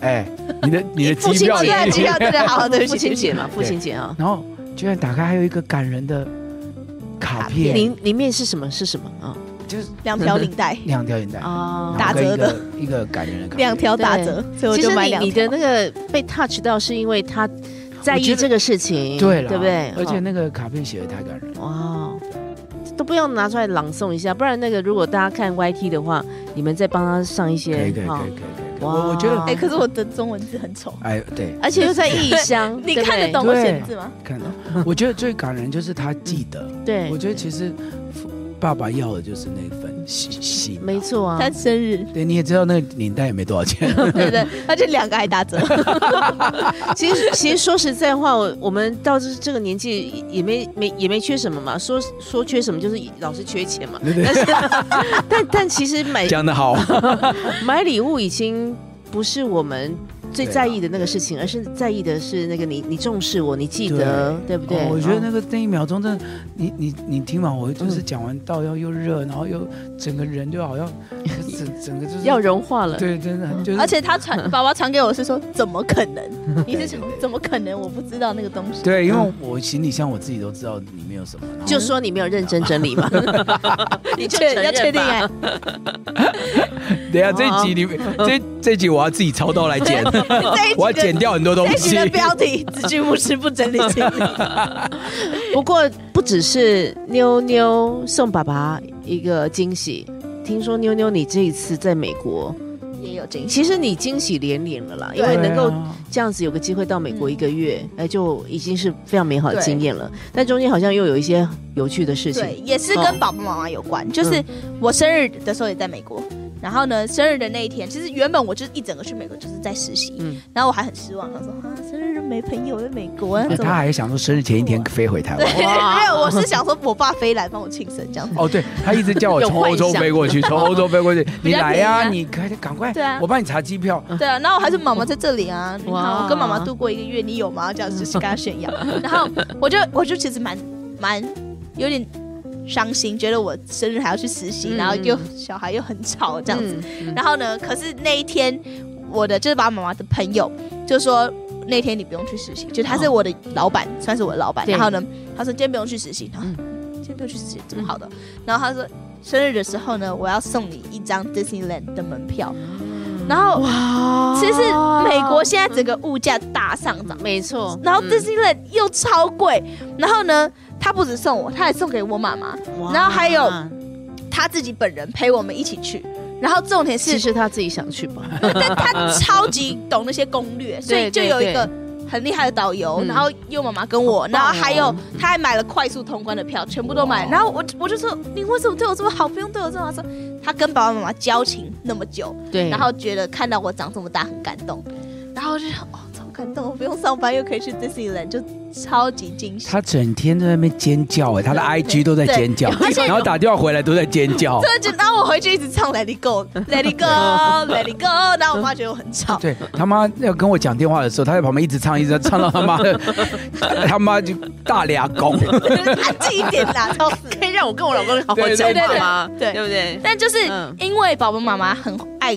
Speaker 1: 哎，你 的你的
Speaker 3: 父
Speaker 1: 机
Speaker 3: 亲
Speaker 1: 票
Speaker 2: 对
Speaker 1: 已
Speaker 3: 节
Speaker 2: 啊，
Speaker 1: 经，
Speaker 2: 机票对对，好，对不
Speaker 3: 父
Speaker 2: 起，对
Speaker 3: 亲
Speaker 2: 不起
Speaker 3: 节嘛，父亲节啊，
Speaker 1: 然后居然打开还有一个感人的卡片，
Speaker 3: 里里面是什么？是什么啊？
Speaker 1: 就是
Speaker 2: 两条领带，
Speaker 1: 两条眼带，
Speaker 3: 哦，
Speaker 1: 然
Speaker 2: 打
Speaker 1: 后跟
Speaker 2: 折
Speaker 1: 一
Speaker 2: 的
Speaker 1: 个一个感人的卡片
Speaker 2: 两。条打折，所以我
Speaker 3: 其
Speaker 2: 就
Speaker 3: 实
Speaker 2: 买
Speaker 3: 你
Speaker 2: 两
Speaker 3: 你的
Speaker 2: 条。
Speaker 3: 那个被 touch 到，是因为他在
Speaker 1: 我觉
Speaker 3: 意
Speaker 1: 得
Speaker 3: 这个事情，
Speaker 1: 对了，
Speaker 3: 对不对？
Speaker 1: 而且那个卡片写的太感人了，
Speaker 3: 哦哇，都不要拿出来朗诵一下，不然那个如果大家看 YT 的话，你们再帮他上
Speaker 1: 可
Speaker 3: 一
Speaker 1: 以
Speaker 3: 些
Speaker 1: 可以可以
Speaker 3: 哈
Speaker 1: 可以，可以，
Speaker 3: 哇
Speaker 1: 我我觉得，
Speaker 2: 哎，可是我的中文字很丑，
Speaker 1: 哎，对，
Speaker 3: 而且又在异乡，
Speaker 2: 你
Speaker 3: 对不
Speaker 2: 看得
Speaker 3: 嗯对
Speaker 2: 懂我写的字吗？
Speaker 1: 看 到，我觉得最感人就是他记得，
Speaker 3: 对，
Speaker 1: 我觉得其实父爸爸要的就是那份喜喜，
Speaker 3: 没。错啊
Speaker 2: 他，生日，
Speaker 1: 对，你也知道那个领带也没多少钱，
Speaker 2: 对对，而且两个还打折，
Speaker 3: 其实，其实说实在话，我我们到这这个年纪也也没没也没缺什么嘛。说说缺什么，就是老是缺钱嘛。但是，但 但其实买
Speaker 1: 讲得好。
Speaker 3: 买礼物已经不是我们最在意的那个事情，而是在意的是那个你你重视我，你记得，对不对？
Speaker 1: 哦我觉得那
Speaker 3: 哦
Speaker 1: 个那一秒钟真的，你你你听完我就是
Speaker 3: 嗯
Speaker 1: 讲完到要又热，然后又整个人就好像 整整个就是
Speaker 3: 要嗯融化了。
Speaker 1: 对，真的就是
Speaker 2: 而且他传爸爸传给我是说怎么可能？你是
Speaker 1: 对对对
Speaker 2: 怎么可能？我不知道那个东西。
Speaker 1: 对，因为我行李箱我自己都知道里面有什么，然后
Speaker 3: 嗯就说你没有认真整 理嘛，你就
Speaker 2: 确
Speaker 3: 承认吧
Speaker 2: 要确定哎，
Speaker 1: 等一下这
Speaker 3: 哦
Speaker 1: 一集你们这这一集我要自己操刀来
Speaker 3: 哎
Speaker 1: 剪，
Speaker 2: 这一
Speaker 1: 我要
Speaker 2: 集
Speaker 1: 剪
Speaker 2: 的
Speaker 1: 掉很多东
Speaker 2: 这一集
Speaker 1: 西
Speaker 2: 的。标题：子君牧师不整理行李。
Speaker 3: 不过不只是妞妞送爸爸一个惊喜，听说妞妞你这一次在美国，
Speaker 2: 也有惊喜。
Speaker 3: 其实你惊喜连连了啦，因
Speaker 2: 对
Speaker 3: 为能够
Speaker 1: 对啊
Speaker 3: 这样子有个机会到美国
Speaker 2: 嗯
Speaker 3: 一个月，哎、就已经是非常美好的
Speaker 2: 对
Speaker 3: 经验了。但中间好像又有一些有趣的事
Speaker 2: 对，
Speaker 3: 情，嗯
Speaker 2: 也是跟爸爸妈妈有关。就是我生日的时候也在美国，然后呢，生日的那一天，其实原本我就是一整个去美国就是在实习，
Speaker 3: 嗯
Speaker 2: 然后我还很失望，想说啊，生日没朋友在美国，那怎
Speaker 1: 哎他
Speaker 2: 么？
Speaker 1: 还想说生日前一
Speaker 3: 嗯
Speaker 1: 天飞回台湾。
Speaker 2: 对，
Speaker 3: 哇
Speaker 2: 没有，我是想说我爸飞来帮我庆生这 样子。
Speaker 1: 哦，对，他一直叫我
Speaker 3: 有
Speaker 1: 从欧洲
Speaker 3: 幻想
Speaker 1: 飞过去，从欧洲飞过去，你
Speaker 2: 较
Speaker 1: 来
Speaker 2: 便宜
Speaker 1: 呀、
Speaker 2: 啊
Speaker 1: 你赶赶快，
Speaker 2: 对啊
Speaker 1: 我帮你查机票。
Speaker 2: 对啊，然后我还是妈妈在这里啊，你看
Speaker 3: 哇
Speaker 2: 我跟妈妈度过一个月，你有吗？这样子就是跟她炫 耀。然后我就我就其实蛮蛮有点伤心，觉得我生日还要去实习，
Speaker 3: 嗯
Speaker 2: 然后又小孩又很吵这样子。
Speaker 3: 嗯
Speaker 2: 然后呢，可是那一天，我的就是爸爸妈妈的朋友就说，那天你不用去实习，就他是我的老板，算是我的老板。
Speaker 3: 哦对嗯
Speaker 2: 然后呢，他说今天不用去实习，然后、今天不用去实习，怎么好的？然后他说生日的时候呢，我要送你一张 Disneyland 的门票。然后
Speaker 3: 嗯哇
Speaker 2: 其实美国现在整个物价大上涨，
Speaker 3: 没错，
Speaker 2: 然后
Speaker 3: 嗯
Speaker 2: Disneyland 又超贵，然后呢，他不止送我，他还送给我妈妈，
Speaker 3: 哇
Speaker 2: 然后还有他自己本人陪我们一起去。然后重点是
Speaker 3: 其，实他自己想去吧，
Speaker 2: 但他超级懂那些攻略，所以就有一个很厉害的导游，
Speaker 3: 嗯
Speaker 2: 然后又妈妈跟我，
Speaker 3: 好棒
Speaker 2: 然
Speaker 3: 哦
Speaker 2: 后还有他还买了快速通关的票，全部都买。
Speaker 1: 哇
Speaker 2: 然后我我就说你为什么对我这么好，不用对我这么好？他说他跟爸爸妈妈交情那么久，
Speaker 3: 对，
Speaker 2: 然后觉得看到我长这么大很感动，然后我就说哦超感动，我不用上班又可以去 Disneyland，就超级惊喜。
Speaker 1: 他整天都在那边尖叫，哎，他的
Speaker 2: 对
Speaker 1: IG 都在
Speaker 2: 对
Speaker 1: 尖叫，然后打电话回来都在尖叫。
Speaker 2: 真的就，然后我回去一直唱 Let It Go，Let It Go，Let It Go，然后我妈觉得我很吵，
Speaker 1: 对他妈要跟我讲电话的时候，他在旁边一直唱，一直唱 到他妈的，他妈就大俩公。
Speaker 2: 安静一点啦，超死。
Speaker 3: 可以
Speaker 4: 以让我跟我老公好好
Speaker 1: 对
Speaker 4: 讲
Speaker 1: 对
Speaker 4: 话吗？
Speaker 2: 对对对
Speaker 4: 对不对？
Speaker 2: 但就是
Speaker 4: 嗯
Speaker 2: 因为爸爸妈妈很爱，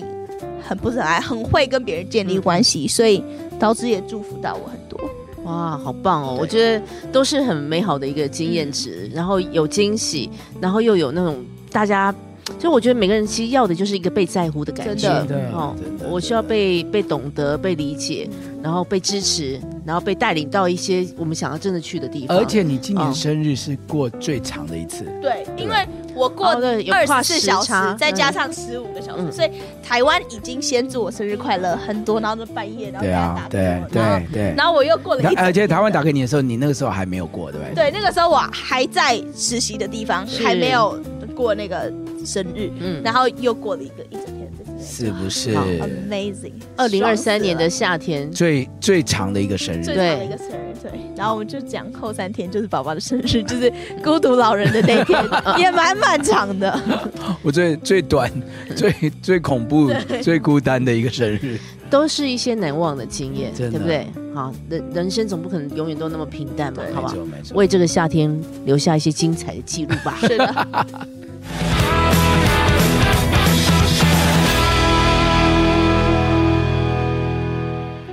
Speaker 2: 很不是很爱，很会跟别人建立关系，所以导致也祝福到我很多。
Speaker 3: 哇，好棒哦！
Speaker 2: 对
Speaker 3: 我觉得都是很美好的一个经验值，然后有惊喜，然后又有那种大家，就我觉得每个人其实要的就是一个被在乎的感觉哦
Speaker 2: 真的
Speaker 1: 真的
Speaker 2: 哦
Speaker 1: 真的
Speaker 3: 我需要被被懂得、被理解，然后被支持，然后被带领到一些我们想要真的去的地方。
Speaker 1: 而且你今年
Speaker 3: 嗯
Speaker 1: 生日是过最长的一次，
Speaker 2: 对，因为我过
Speaker 3: 哦对有
Speaker 2: 二
Speaker 3: 跨
Speaker 2: 十四
Speaker 3: 时
Speaker 2: 小时
Speaker 3: 差，
Speaker 2: 再加
Speaker 3: 嗯
Speaker 2: 上十五个小时，
Speaker 3: 嗯
Speaker 2: 所以台湾已经先祝我生日快乐很多，然后就半夜，然后
Speaker 1: 对
Speaker 2: 给他
Speaker 1: 啊
Speaker 2: 打，给
Speaker 1: 对
Speaker 2: 我然后
Speaker 1: 对对。
Speaker 2: 然后我又过了一
Speaker 1: 那而
Speaker 2: 整
Speaker 1: 且台湾打给你的时候，你那个时候还没有过，对不对？
Speaker 2: 对，那个时候我还在实习的地方，
Speaker 3: 是
Speaker 2: 还没有过那个生日，
Speaker 3: 嗯，
Speaker 2: 然后又过了一个一整天的生
Speaker 1: 是不是
Speaker 3: 好
Speaker 2: 嗯，amazing！
Speaker 3: 二零二
Speaker 2: 爽
Speaker 3: 三
Speaker 1: 啊
Speaker 2: 死
Speaker 3: 年的
Speaker 2: 了
Speaker 3: 夏天，
Speaker 1: 最最长的一个生日
Speaker 2: 最？长的一个生日，对。然后我们就讲后三天就是宝宝的生日，就是孤独老人的那一 天，也蛮漫长的。
Speaker 1: 我最最 短、最最恐怖
Speaker 2: 对、
Speaker 1: 最孤单的一个生日。
Speaker 3: 都是一些难忘的经验，
Speaker 1: 真的
Speaker 3: 对不对？好，人人生总不可能永远都那么平淡嘛，
Speaker 1: 没
Speaker 3: 好不好？
Speaker 1: 错没错。
Speaker 3: 为这个夏天留下一些精彩的记录 吧。
Speaker 2: 是的。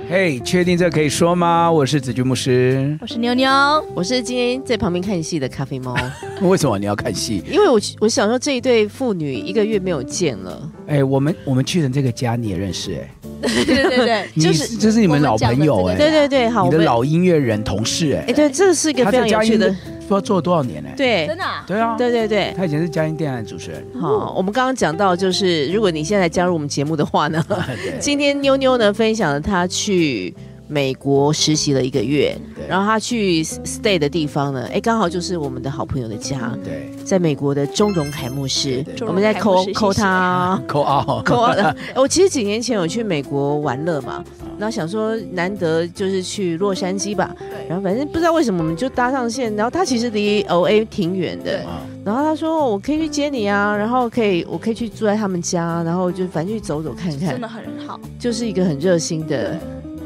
Speaker 1: 嘿，确定这可以说吗？我是子君牧 师。
Speaker 2: 我是妞妞，
Speaker 3: 我是今天在旁边看戏的咖啡猫，
Speaker 1: 为什么你要看戏？
Speaker 3: 因为我我想说这一对父女一个月没有见了，
Speaker 1: 哎、我们我们去的这个家你也认识哎、
Speaker 2: 对对对，
Speaker 1: 你
Speaker 3: 就是
Speaker 1: 这是你们老朋友
Speaker 2: 我
Speaker 1: 哎、
Speaker 2: 们讲的这个
Speaker 3: 对对对，好，
Speaker 1: 你
Speaker 3: 我
Speaker 1: 的
Speaker 3: 们
Speaker 1: 老音乐人同事哎、
Speaker 3: 哎，对，这是一个
Speaker 1: 他
Speaker 3: 非
Speaker 1: 在
Speaker 3: 常有
Speaker 1: 嘉
Speaker 3: 趣
Speaker 1: 音
Speaker 3: 的
Speaker 1: 不，知道做了多少年哎、
Speaker 3: 对
Speaker 2: 真的啊、
Speaker 1: 对啊，
Speaker 3: 对对对。
Speaker 1: 他以前是嘉音电台主持 人，
Speaker 3: 好，我们刚刚讲到，就是如果你现在加入我们节目的话呢，
Speaker 1: 对
Speaker 3: 今天妞妞呢分享了她去美国实习了一个月，
Speaker 1: 对，
Speaker 3: 然
Speaker 1: 后
Speaker 3: 后她去 stay 的地方呢，哎，刚好就是我们的好朋友的家，
Speaker 1: 对
Speaker 3: 在美国的钟荣凯牧
Speaker 1: 对
Speaker 3: 师
Speaker 1: 对，
Speaker 2: 钟
Speaker 3: 我
Speaker 2: 荣
Speaker 3: 们在
Speaker 2: 凯牧
Speaker 3: 扣
Speaker 2: 师
Speaker 3: 扣
Speaker 2: 谢谢
Speaker 3: 他。啊
Speaker 1: 扣奥
Speaker 3: 扣啊！ 呃我其实几年前有去美国玩乐嘛，
Speaker 2: 嗯
Speaker 3: 然后想说难得就是去洛杉矶吧，
Speaker 2: 对
Speaker 3: 然后反正不知道为什么我们就搭上线，然后他其实离 L A 挺远的
Speaker 2: 对，
Speaker 1: 啊，
Speaker 3: 然后他说我可以去接你啊，然后可以我可以去住在他们家，然后就反正去走走看看
Speaker 2: 真，的很好，
Speaker 3: 就是一个很热心的，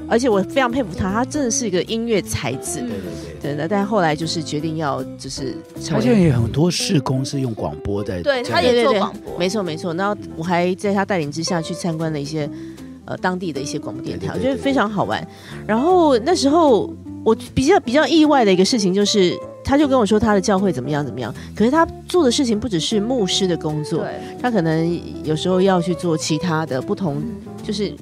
Speaker 3: 而且我非常佩服他，他真的是一个音乐才子。
Speaker 1: 对
Speaker 2: 嗯
Speaker 1: 对对。
Speaker 3: 对，那但后来就是决定要就是
Speaker 1: 他
Speaker 3: 成
Speaker 1: 现在
Speaker 3: 为。
Speaker 1: 也有很多事工是用广播在，
Speaker 2: 对
Speaker 1: 在
Speaker 2: 他也做广播
Speaker 3: 没错没错。然后我还在他带领之下去参观了一些呃当地的一些广播电台，
Speaker 1: 对对对
Speaker 3: 我觉得非常好玩。然后那时候我比较比较意外的一个事情就是。他就跟我说他的教会怎么样怎么样，可是他做的事情不只是牧师的工作，
Speaker 2: 对，
Speaker 3: 他可能有时候要去做其他的不同，就是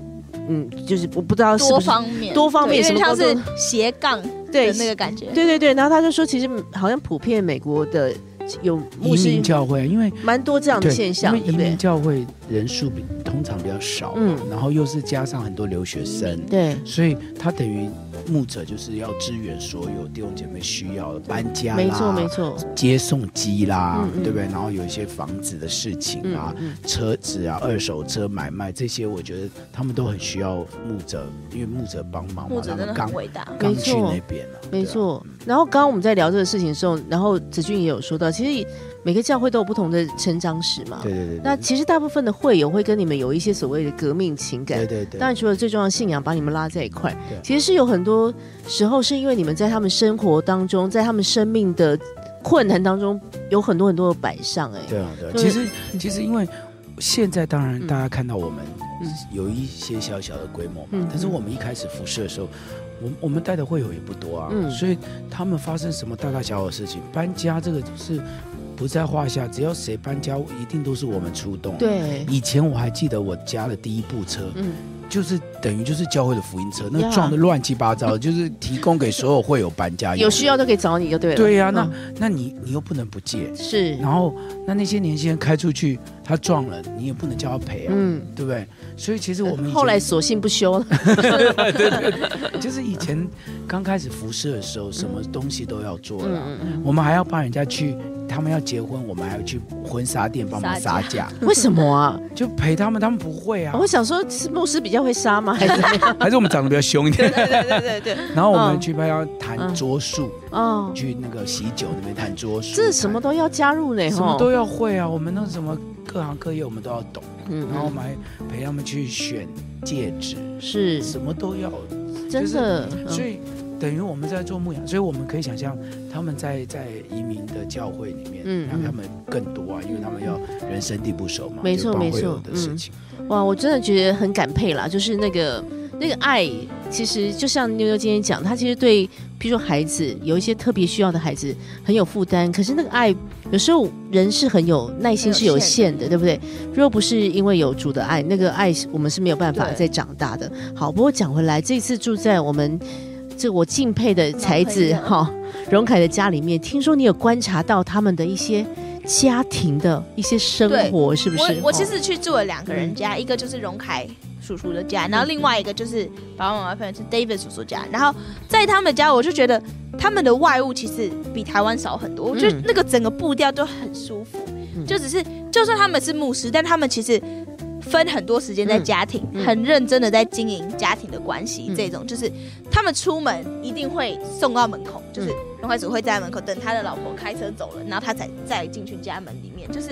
Speaker 3: 嗯，就是我不知道是
Speaker 2: 多
Speaker 3: 不是
Speaker 2: 方面
Speaker 3: 多方面
Speaker 2: 对有点
Speaker 3: 什么
Speaker 2: 像
Speaker 3: 都
Speaker 2: 是斜杠的
Speaker 3: 对
Speaker 2: 那个感觉，
Speaker 3: 对对对。然后他就说，其实好像普遍美国的有
Speaker 1: 移
Speaker 3: 牧师
Speaker 1: 民教会，因为
Speaker 3: 蛮多这样的
Speaker 1: 对
Speaker 3: 现象，
Speaker 1: 因为
Speaker 3: 对
Speaker 1: 移
Speaker 3: 不对
Speaker 1: 民？教会人数比通常比较少，嗯
Speaker 3: 嗯，
Speaker 1: 然后又是加上很多留学生，
Speaker 3: 对，
Speaker 1: 所以他等于牧者就是要支援所有弟兄姐妹需要的搬家啦，啊
Speaker 3: 没错没错，
Speaker 1: 接送机啦，
Speaker 3: 嗯嗯
Speaker 1: 对不对？然后有一些房子的事情
Speaker 3: 嗯
Speaker 1: 啊，
Speaker 3: 嗯
Speaker 1: 车子啊、二手车买卖这些，我觉得他们都很需要牧者，因为牧者帮忙
Speaker 2: 牧
Speaker 1: 嘛，
Speaker 2: 者
Speaker 1: 他
Speaker 2: 真的
Speaker 1: 们刚
Speaker 2: 很伟大，
Speaker 1: 刚
Speaker 3: 没错
Speaker 1: 去那边了、对
Speaker 3: 没
Speaker 1: 啊
Speaker 3: 错。然后刚刚我们在聊这个事情的时候，然后子俊也有说到，其实每个教会都有不同的成长史嘛。
Speaker 1: 对对对
Speaker 3: 那
Speaker 1: 对
Speaker 3: 其实大部分的会友会跟你们有一些所谓的革命情感
Speaker 1: 对。对对，
Speaker 3: 当然，除了最重要的信仰把你们拉在一块
Speaker 1: 对，
Speaker 3: 其实是有很多时候是因为你们在他们生活当中，在他们生命的困难当中有很多很多的摆上、哎，
Speaker 1: 对啊，对啊，
Speaker 3: 所以
Speaker 1: 其实其实因为现在当然
Speaker 3: 嗯
Speaker 1: 大家看到我们
Speaker 3: 嗯
Speaker 1: 有一些小小的规模嘛，
Speaker 3: 嗯
Speaker 1: 但是我们一开始服侍的时候，我们我们带的会友也不多啊，
Speaker 3: 嗯
Speaker 1: 所以他们发生什么大大小小的事情，搬家这个是不在话下，只要谁搬家，一定都是我们出动。。啊
Speaker 3: 对，
Speaker 1: 以前我还记得我家的第一部车，
Speaker 3: 嗯，
Speaker 1: 就是等于就是教会的福音车，那
Speaker 3: 呀
Speaker 1: 个撞的乱七八 糟，就是提供给哎所有会友搬家用
Speaker 3: 有需要都可以找你就对了。
Speaker 1: 对呀、那、
Speaker 3: 嗯
Speaker 1: 那你你又不能不借，
Speaker 3: 是，
Speaker 1: 然后那那些年轻人开出去，他撞了，你也不能叫他赔啊，
Speaker 3: 嗯，
Speaker 1: 对不对？所以其实我们以前
Speaker 3: 后来索性不修 了，
Speaker 1: 就是以前刚开始服侍的时候，什么东西都要做了，
Speaker 3: 嗯嗯
Speaker 1: 我们还要帮人家去，他们要结婚，我们还要去婚纱店帮忙
Speaker 2: 杀
Speaker 1: 杀价，
Speaker 3: 嗯，为什么 啊？
Speaker 1: 就陪他们，他们不会啊
Speaker 3: 我，想说，是牧师比较会 杀吗？还是怎么样
Speaker 1: 还是我们长得比较凶一 点。
Speaker 4: 对对对对 对，
Speaker 1: 然后我们
Speaker 3: 嗯
Speaker 1: 去帮他谈桌数，
Speaker 3: 哦，
Speaker 1: 去那个喜酒那边谈桌数，
Speaker 3: 这什么哦
Speaker 1: 都
Speaker 3: 都要加入呢，
Speaker 1: 什么都
Speaker 3: 吼，
Speaker 1: 要会啊，我们那什么各行各业我们都要懂，
Speaker 3: 嗯
Speaker 1: 然后我们还陪他们去选戒指。
Speaker 3: 是
Speaker 1: 什么都要，
Speaker 3: 真的，
Speaker 1: 所
Speaker 3: 嗯
Speaker 1: 以等于我们在做牧养，所以我们可以想象他们在在移民的教会里面，
Speaker 3: 嗯
Speaker 1: 让
Speaker 3: 嗯
Speaker 1: 他们更多啊，因为他们要人生地不熟嘛，
Speaker 3: 没
Speaker 1: 就
Speaker 3: 错
Speaker 1: 包括
Speaker 3: 没错
Speaker 1: 有的事情，
Speaker 3: 哇，我真的觉得很感佩啦，就是那个那个爱，其实就像妞妞今天讲，她其实对，比如说孩子有一些特别需要的孩子很有负担，可是那个爱有时候人是很有耐心
Speaker 2: 很有
Speaker 3: 是有
Speaker 2: 限
Speaker 3: 限的，对不对？若不是因为有主的爱，那个爱是我们是没有办法
Speaker 2: 对
Speaker 3: 再长大的。好，不过讲回来，这次住在我们这我敬佩的才子
Speaker 2: 老朋友
Speaker 3: 哈、荣凯的家里面，听说你有观察到他们的一些。家庭的一些生
Speaker 2: 对
Speaker 3: 活是不是？
Speaker 2: 我我其
Speaker 3: 哦嗯
Speaker 2: 实去住了两个人家，一个就是荣凯叔叔的家，然后另外一个就是爸爸妈妈朋友是 David 叔叔家。然后在他们家，我就觉得他们的外物其实比台湾少很多，我觉得
Speaker 3: 嗯
Speaker 2: 那个整个步调都很舒服。
Speaker 3: 嗯
Speaker 2: 就只是就算他们是牧师，但他们其实。分很多时间在家庭，
Speaker 3: 嗯嗯
Speaker 2: 很认真的在经营家庭的关系。
Speaker 3: 嗯
Speaker 2: 这种就是他们出门一定会送到门口，就是
Speaker 3: 嗯
Speaker 2: 荣凯叔会在门口等他的老婆开车走了，然后他才再进去家门里面。就是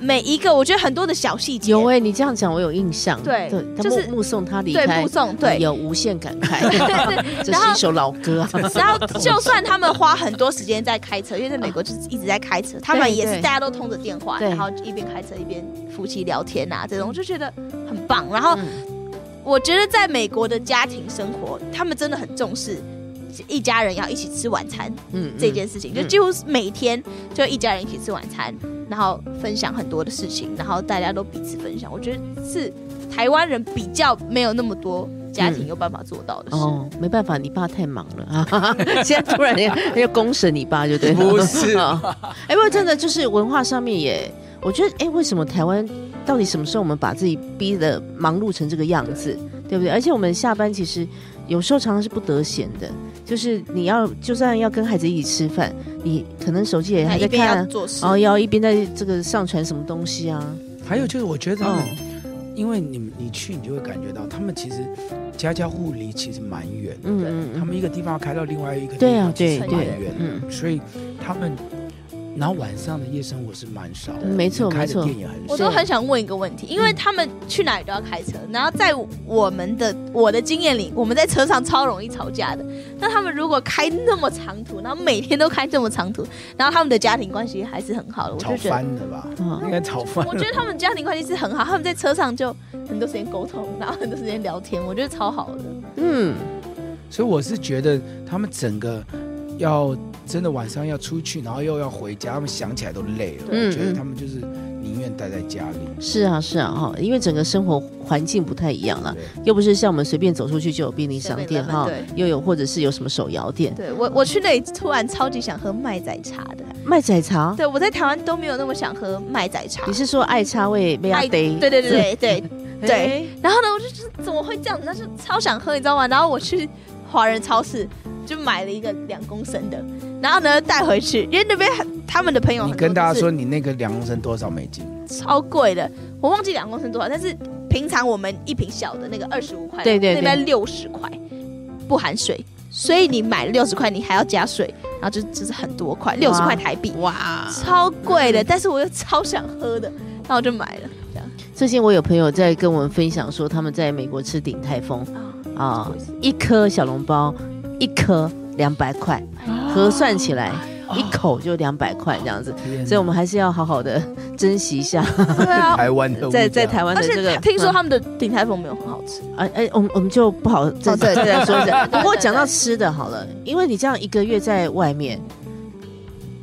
Speaker 2: 每一个，我觉得很多的小细节，
Speaker 3: 有哎、你这样讲我有印象。
Speaker 2: 对
Speaker 3: 他
Speaker 2: 就
Speaker 3: 目
Speaker 2: 是
Speaker 3: 目送他离
Speaker 2: 对
Speaker 3: 开
Speaker 2: 目，送对。
Speaker 3: 有无限 感
Speaker 2: 对
Speaker 3: 慨。
Speaker 2: 对对
Speaker 3: 这
Speaker 2: 然
Speaker 3: 是一
Speaker 2: 后，
Speaker 3: 首老歌 啊，
Speaker 2: 然后就算他们花很多时间在开车，因为在美国就是一直在开车，他们也是
Speaker 3: 对
Speaker 2: 大家都通着电话，
Speaker 3: 对
Speaker 2: 然后一边开车一边夫妻聊天啊，这种我就觉得很棒。然后
Speaker 3: 嗯
Speaker 2: 我觉得在美国的家庭生活，他们真的很重视一家人要一起吃晚餐，
Speaker 3: 嗯
Speaker 2: 这件事情，就
Speaker 3: 嗯
Speaker 2: 几乎是每天就一家人一起吃晚餐，然后分享很多的事情，然后大家都彼此分享。我觉得是台湾人比较没有那么多家庭有办法做到的事。
Speaker 3: 哦，没办法，你爸太忙了啊！ 现在突然要要公审你爸就对了，
Speaker 1: 不是
Speaker 3: 啊？哎，不过真的就是文化上面也，我觉得哎，为什么台湾到底什么时候我们把自己逼得忙碌成这个样子，对不对？而且我们下班其实有时候常常是不得闲的，就是你要就算要跟孩子一起吃饭，你可能手机也
Speaker 2: 那
Speaker 3: 还
Speaker 2: 一
Speaker 3: 在
Speaker 2: 边
Speaker 3: 看
Speaker 2: 要
Speaker 3: 啊，
Speaker 2: 做事，
Speaker 3: 哦，要一边在这个上传什么东西啊？
Speaker 1: 还有就是我觉得他们
Speaker 3: 哦，
Speaker 1: 因为你你去你就会感觉到他们其实家家户离其实蛮远的，
Speaker 3: 嗯嗯
Speaker 1: 他
Speaker 3: 嗯，
Speaker 1: 们一个地方要开到另外一个地
Speaker 3: 对啊
Speaker 1: 方其实
Speaker 2: 对
Speaker 1: 蛮
Speaker 2: 对
Speaker 1: 远的，
Speaker 3: 嗯
Speaker 1: 所以他们。然后晚上的夜生活是蛮少的，
Speaker 3: 嗯没错
Speaker 1: 能开
Speaker 3: 没
Speaker 1: 的
Speaker 3: 错
Speaker 1: 店也很少
Speaker 2: 我。都很想问一个问题，
Speaker 3: 嗯
Speaker 2: 因为他们去哪里都要开车，然后在我们的我的经验里，我们在车上超容易吵架的。那他们如果开那么长途，然后每天都开这么长途，然后他们的家庭关系还是很好的，我
Speaker 1: 吵
Speaker 2: 就觉得
Speaker 1: 翻了吧？
Speaker 3: 啊
Speaker 1: 应该吵翻
Speaker 2: 我
Speaker 1: 了
Speaker 2: 觉。得他们家庭关系是很好，他们在车上就很多时间沟通，然后很多时间聊天，我觉得超好的。
Speaker 3: 嗯，
Speaker 1: 所以我是觉得他们整个要真的晚上要出去，然后又要回家，他们想起来都累了。
Speaker 3: 嗯
Speaker 1: 我觉得他们就是宁愿待在家里。
Speaker 3: 是啊是啊哈，因为整个生活环境不太一样了，
Speaker 1: 对，
Speaker 3: 又不是像我们随便走出去就有便利商店
Speaker 2: 7-Eleven，
Speaker 3: 哈
Speaker 2: 对，
Speaker 3: 又有或者是有什么手摇店
Speaker 2: 对我，我去那里突然超级想喝麦仔茶的。
Speaker 3: 卖仔茶，
Speaker 2: 对我在台湾都没有那么想喝麦仔茶
Speaker 3: 你。是说爱茶味没
Speaker 2: 爱
Speaker 3: 阿得？
Speaker 2: 对 对对对对。对
Speaker 4: 哎，
Speaker 2: 然后呢，我就就是怎么会这样子？但是超想喝，你知道吗？然后我去华人超市就买了一个两公升的，然后呢带回去，因为那边很他们的朋友
Speaker 1: 你
Speaker 2: 哎很多
Speaker 1: 跟大家
Speaker 2: 都是
Speaker 1: 说你那个两公升多少美金？
Speaker 2: 超贵的，我忘记两公升多少，但是平常我们一瓶小的那个二十五块，
Speaker 3: 对对对
Speaker 2: 那边六十块，不含税，所以你买六十块，你还要加税，然后就就是很多块，六十块台币，
Speaker 4: 哇，
Speaker 2: 超贵的，但是我又超想喝的，然后我就买了，这样
Speaker 3: 最近我有朋友在跟我们分享说，他们在美国吃鼎泰丰啊，一颗小笼包，一颗两百块，
Speaker 2: 啊，
Speaker 3: 核算起来一口就两百块这样子，所以我们还是要好好的珍惜 一下。
Speaker 2: 对 啊。
Speaker 1: 台湾的物
Speaker 4: 在
Speaker 1: 价
Speaker 4: 在台湾
Speaker 2: 而
Speaker 4: 的这
Speaker 2: 且
Speaker 4: 个，
Speaker 2: 听
Speaker 3: 嗯
Speaker 2: 说他们的鼎泰丰没有很好吃，
Speaker 3: 哎哎，我们我们就不好再
Speaker 2: 哦对
Speaker 3: 再 再说一下。
Speaker 2: 对对
Speaker 3: 不过讲到吃的好了，因为你这样一个月在外面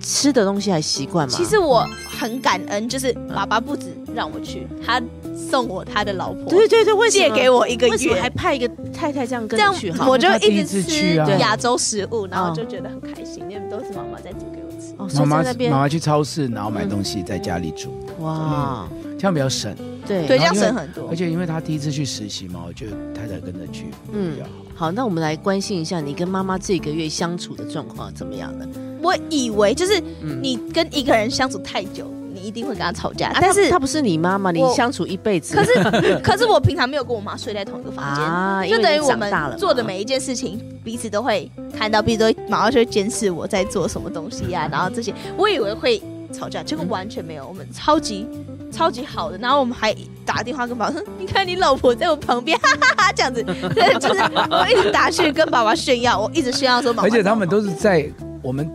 Speaker 3: 吃的东西还习惯吗？
Speaker 2: 其实我很感恩，就是爸爸不止让我去，他送我他的老婆，
Speaker 3: 对对对，为什
Speaker 2: 借
Speaker 3: 么
Speaker 2: 给我一个
Speaker 3: 为什么
Speaker 2: 月
Speaker 3: 还，派一个太太这样跟
Speaker 2: 这样
Speaker 3: 着去哈？
Speaker 2: 我就
Speaker 1: 他第一
Speaker 2: 一
Speaker 1: 次
Speaker 2: 直吃
Speaker 1: 去啊
Speaker 2: 亚洲食物，然后
Speaker 3: 哦
Speaker 2: 就觉得很开心，因为都是妈妈在煮给我吃。
Speaker 3: 哦，所
Speaker 1: 妈妈
Speaker 3: 以在那边
Speaker 1: 妈妈去超市，然后买东西在家里煮，
Speaker 3: 哇，
Speaker 1: 这样比较省。
Speaker 3: 对
Speaker 2: 对，
Speaker 1: 然
Speaker 2: 这样
Speaker 1: 后因为
Speaker 2: 省很多
Speaker 1: 而。且因为她第一次去实习嘛，我就太太跟着去比
Speaker 3: 嗯
Speaker 1: 较。好。
Speaker 3: 好，那我们来关心一下你跟妈妈这个月相处的状况怎么样呢？
Speaker 2: 我以为就是
Speaker 3: 嗯
Speaker 2: 你跟一个人相处太久，你一定会跟他吵架，
Speaker 3: 啊
Speaker 2: 但是
Speaker 3: 她她不是你妈妈，你
Speaker 2: 我
Speaker 3: 相处一辈子
Speaker 2: 可 是可是我平常没有跟我妈睡在同一个房间。
Speaker 3: 啊，因
Speaker 2: 就
Speaker 3: 为
Speaker 2: 等于
Speaker 3: 你
Speaker 2: 我
Speaker 3: 长大了
Speaker 2: 们做的
Speaker 3: 嘛
Speaker 2: 每一件事情，彼此都啊
Speaker 3: 嗯
Speaker 2: 会看到，彼此都会马上就会监视我在做什么东西呀、然后这些，我以为会吵架，结果完全没有，我们超级超级好的，然后我们还打电话跟爸爸说，你看你老婆在我旁边，哈 哈哈，这 样子，就是我一直打去跟爸爸炫耀，我一直炫耀说妈妈，
Speaker 1: 而且他们都是在我们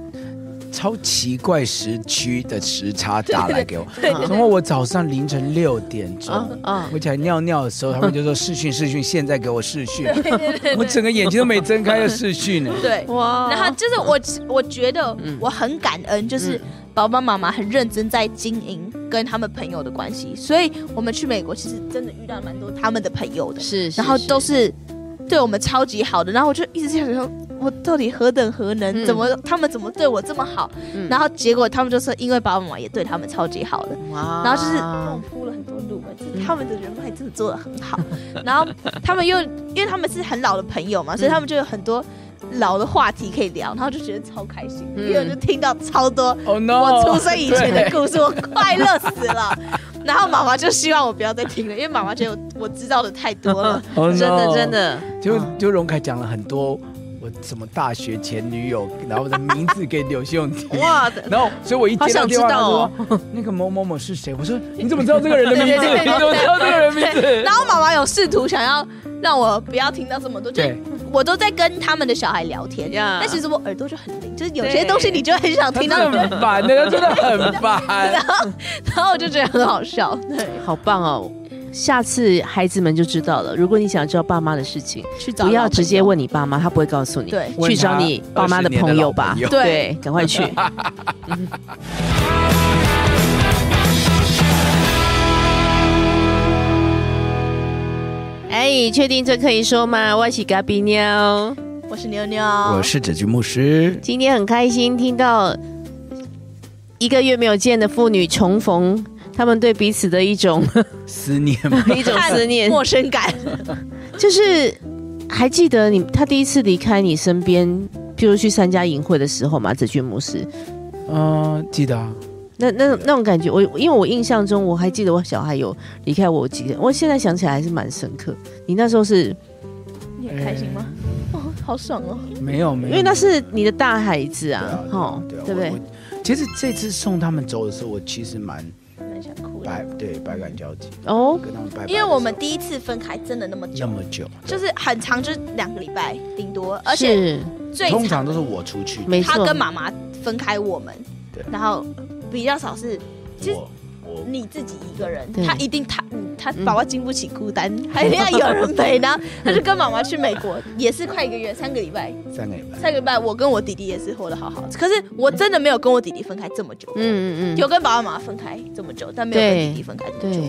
Speaker 1: 超奇怪时区的时差打来给我，
Speaker 2: 对对
Speaker 1: 然后我早上凌晨六点
Speaker 3: 啊
Speaker 2: 嗯
Speaker 1: 钟。
Speaker 3: 啊，
Speaker 1: 我起来尿尿的时候，他们就说视讯视讯，现在给我视讯，
Speaker 2: 对对对
Speaker 1: 我
Speaker 2: 对
Speaker 1: 整个眼睛都没睁开，要视讯 呢。
Speaker 2: 对。
Speaker 3: 哇
Speaker 2: 然后就是我，我觉得
Speaker 3: 哦嗯
Speaker 2: 我很感恩，就是爸爸妈妈很认真在经营跟他们朋友的关系，所以我们去美国其实真的遇到蛮多他们的朋友的，
Speaker 3: 是，
Speaker 2: 然后都是对我们超级好的，然后我就一直在想说，我到底何等何能，
Speaker 3: 嗯
Speaker 2: 怎么他们怎么对我这么好？
Speaker 3: 嗯
Speaker 2: 然后结果他们就说，因为爸爸妈妈也对他们超级好的，
Speaker 3: 哇
Speaker 2: 然后就是
Speaker 3: 啊
Speaker 2: 帮我铺了很多路嘛，就是
Speaker 3: 嗯
Speaker 2: 他们的人脉真的做的很好。 然后他们又因为他们是很老的朋友嘛，所以他们就有很多老的话题可以聊，然后就觉得超开心，
Speaker 3: 嗯
Speaker 2: 因为我就听到超多
Speaker 1: 哦 no！
Speaker 2: 我出生以 前的故事，我快乐死了。 然后妈妈就希望我不要再听了，因为妈妈觉得我知道的太多了。
Speaker 1: Oh no
Speaker 4: 真的真，的，
Speaker 1: 就
Speaker 3: 嗯
Speaker 1: 就荣凯讲了很多我什么大学前女友，然后我的名字给柳秀 婷，
Speaker 4: 哇，
Speaker 1: 然后所以我一接到电
Speaker 4: 好
Speaker 1: 话，他
Speaker 2: 哦
Speaker 1: 说那个某某某是谁？我说你怎么知道这个人的名字？你怎么知道这个人名字？
Speaker 2: 然后妈妈有试图想要让我不要听到这么 多，就
Speaker 1: 对
Speaker 2: 我都在跟他们的小孩聊天，
Speaker 4: 呀
Speaker 2: 但其实我耳朵就很灵，就是有
Speaker 4: 对
Speaker 2: 些东西你就很想
Speaker 1: 他
Speaker 2: 听
Speaker 1: 真
Speaker 2: 到，
Speaker 1: 的很烦的，他真的很 烦。
Speaker 2: 然后我就觉得很好笑。对，
Speaker 3: 好棒哦。下次孩子们就知道了。如果你想知道爸妈的事情，
Speaker 2: 去找
Speaker 3: 不要
Speaker 2: 老朋
Speaker 3: 直接
Speaker 2: 友
Speaker 3: 问你爸妈，他不会告诉你。
Speaker 2: 对
Speaker 3: 去找你爸妈的朋友吧。
Speaker 1: 问他20年的老朋友
Speaker 3: 对，赶 快去。哎，确定这可以说吗？我是嘎比妞，
Speaker 2: 我是妞妞，
Speaker 1: 我是哲居牧师，
Speaker 3: 今天很开心听到一个月没有见的父女重逢，他们对彼此的一 种
Speaker 1: 思念
Speaker 3: 一种思念，
Speaker 2: 陌生感。
Speaker 3: 就是还记得你他第一次离开你身边，譬如去参加营会的时候嘛，子君牧师，
Speaker 2: 哦
Speaker 1: 嗯，记得啊，
Speaker 3: 那那那种感觉，我因为我印象中我还记得我小孩有离开我几天，我现在想起来还是蛮深刻。你那时候是
Speaker 2: 你很开心吗？ 哦，好爽哦！
Speaker 1: 没有没有，
Speaker 3: 因为那是你的大孩子
Speaker 1: 对
Speaker 3: 啊
Speaker 1: 啊，，
Speaker 3: 吼
Speaker 1: 对啊
Speaker 3: 对不？
Speaker 1: 我
Speaker 3: 对？
Speaker 1: 我其实这次送他们走的时候，我其实蛮
Speaker 2: 蛮想哭
Speaker 1: 百
Speaker 2: 的，
Speaker 1: 对百感交集，
Speaker 3: 哦，
Speaker 1: 跟他们拜拜的时候。
Speaker 2: 因为我们第一次分开真的那么久
Speaker 1: 那，么久，
Speaker 2: 就是很长，就是两个礼拜顶多，而且
Speaker 3: 是
Speaker 2: 最
Speaker 1: 通
Speaker 2: 长
Speaker 1: 常都是我出去，
Speaker 3: 没
Speaker 2: 他
Speaker 3: 错
Speaker 2: 跟，妈妈分开我们
Speaker 1: 对，
Speaker 2: 然后比较少是其实
Speaker 1: 我我
Speaker 2: 你自己一个人，
Speaker 3: 对
Speaker 2: 他一定他嗯他
Speaker 3: 嗯
Speaker 2: 宝宝经不起孤单，还一定要有人陪呢。他就跟妈妈去美国，也是快一个月，三个礼拜，
Speaker 1: 三个礼拜，
Speaker 2: 三个礼拜，我跟我弟弟也是活得好好的。可是我真的没有跟我弟弟分开这么久，嗯，
Speaker 3: 嗯嗯
Speaker 2: 有
Speaker 3: 嗯，
Speaker 2: 跟爸爸妈妈分开这么久，但没有跟
Speaker 3: 对
Speaker 2: 弟弟分开这么
Speaker 3: 对
Speaker 2: 久。。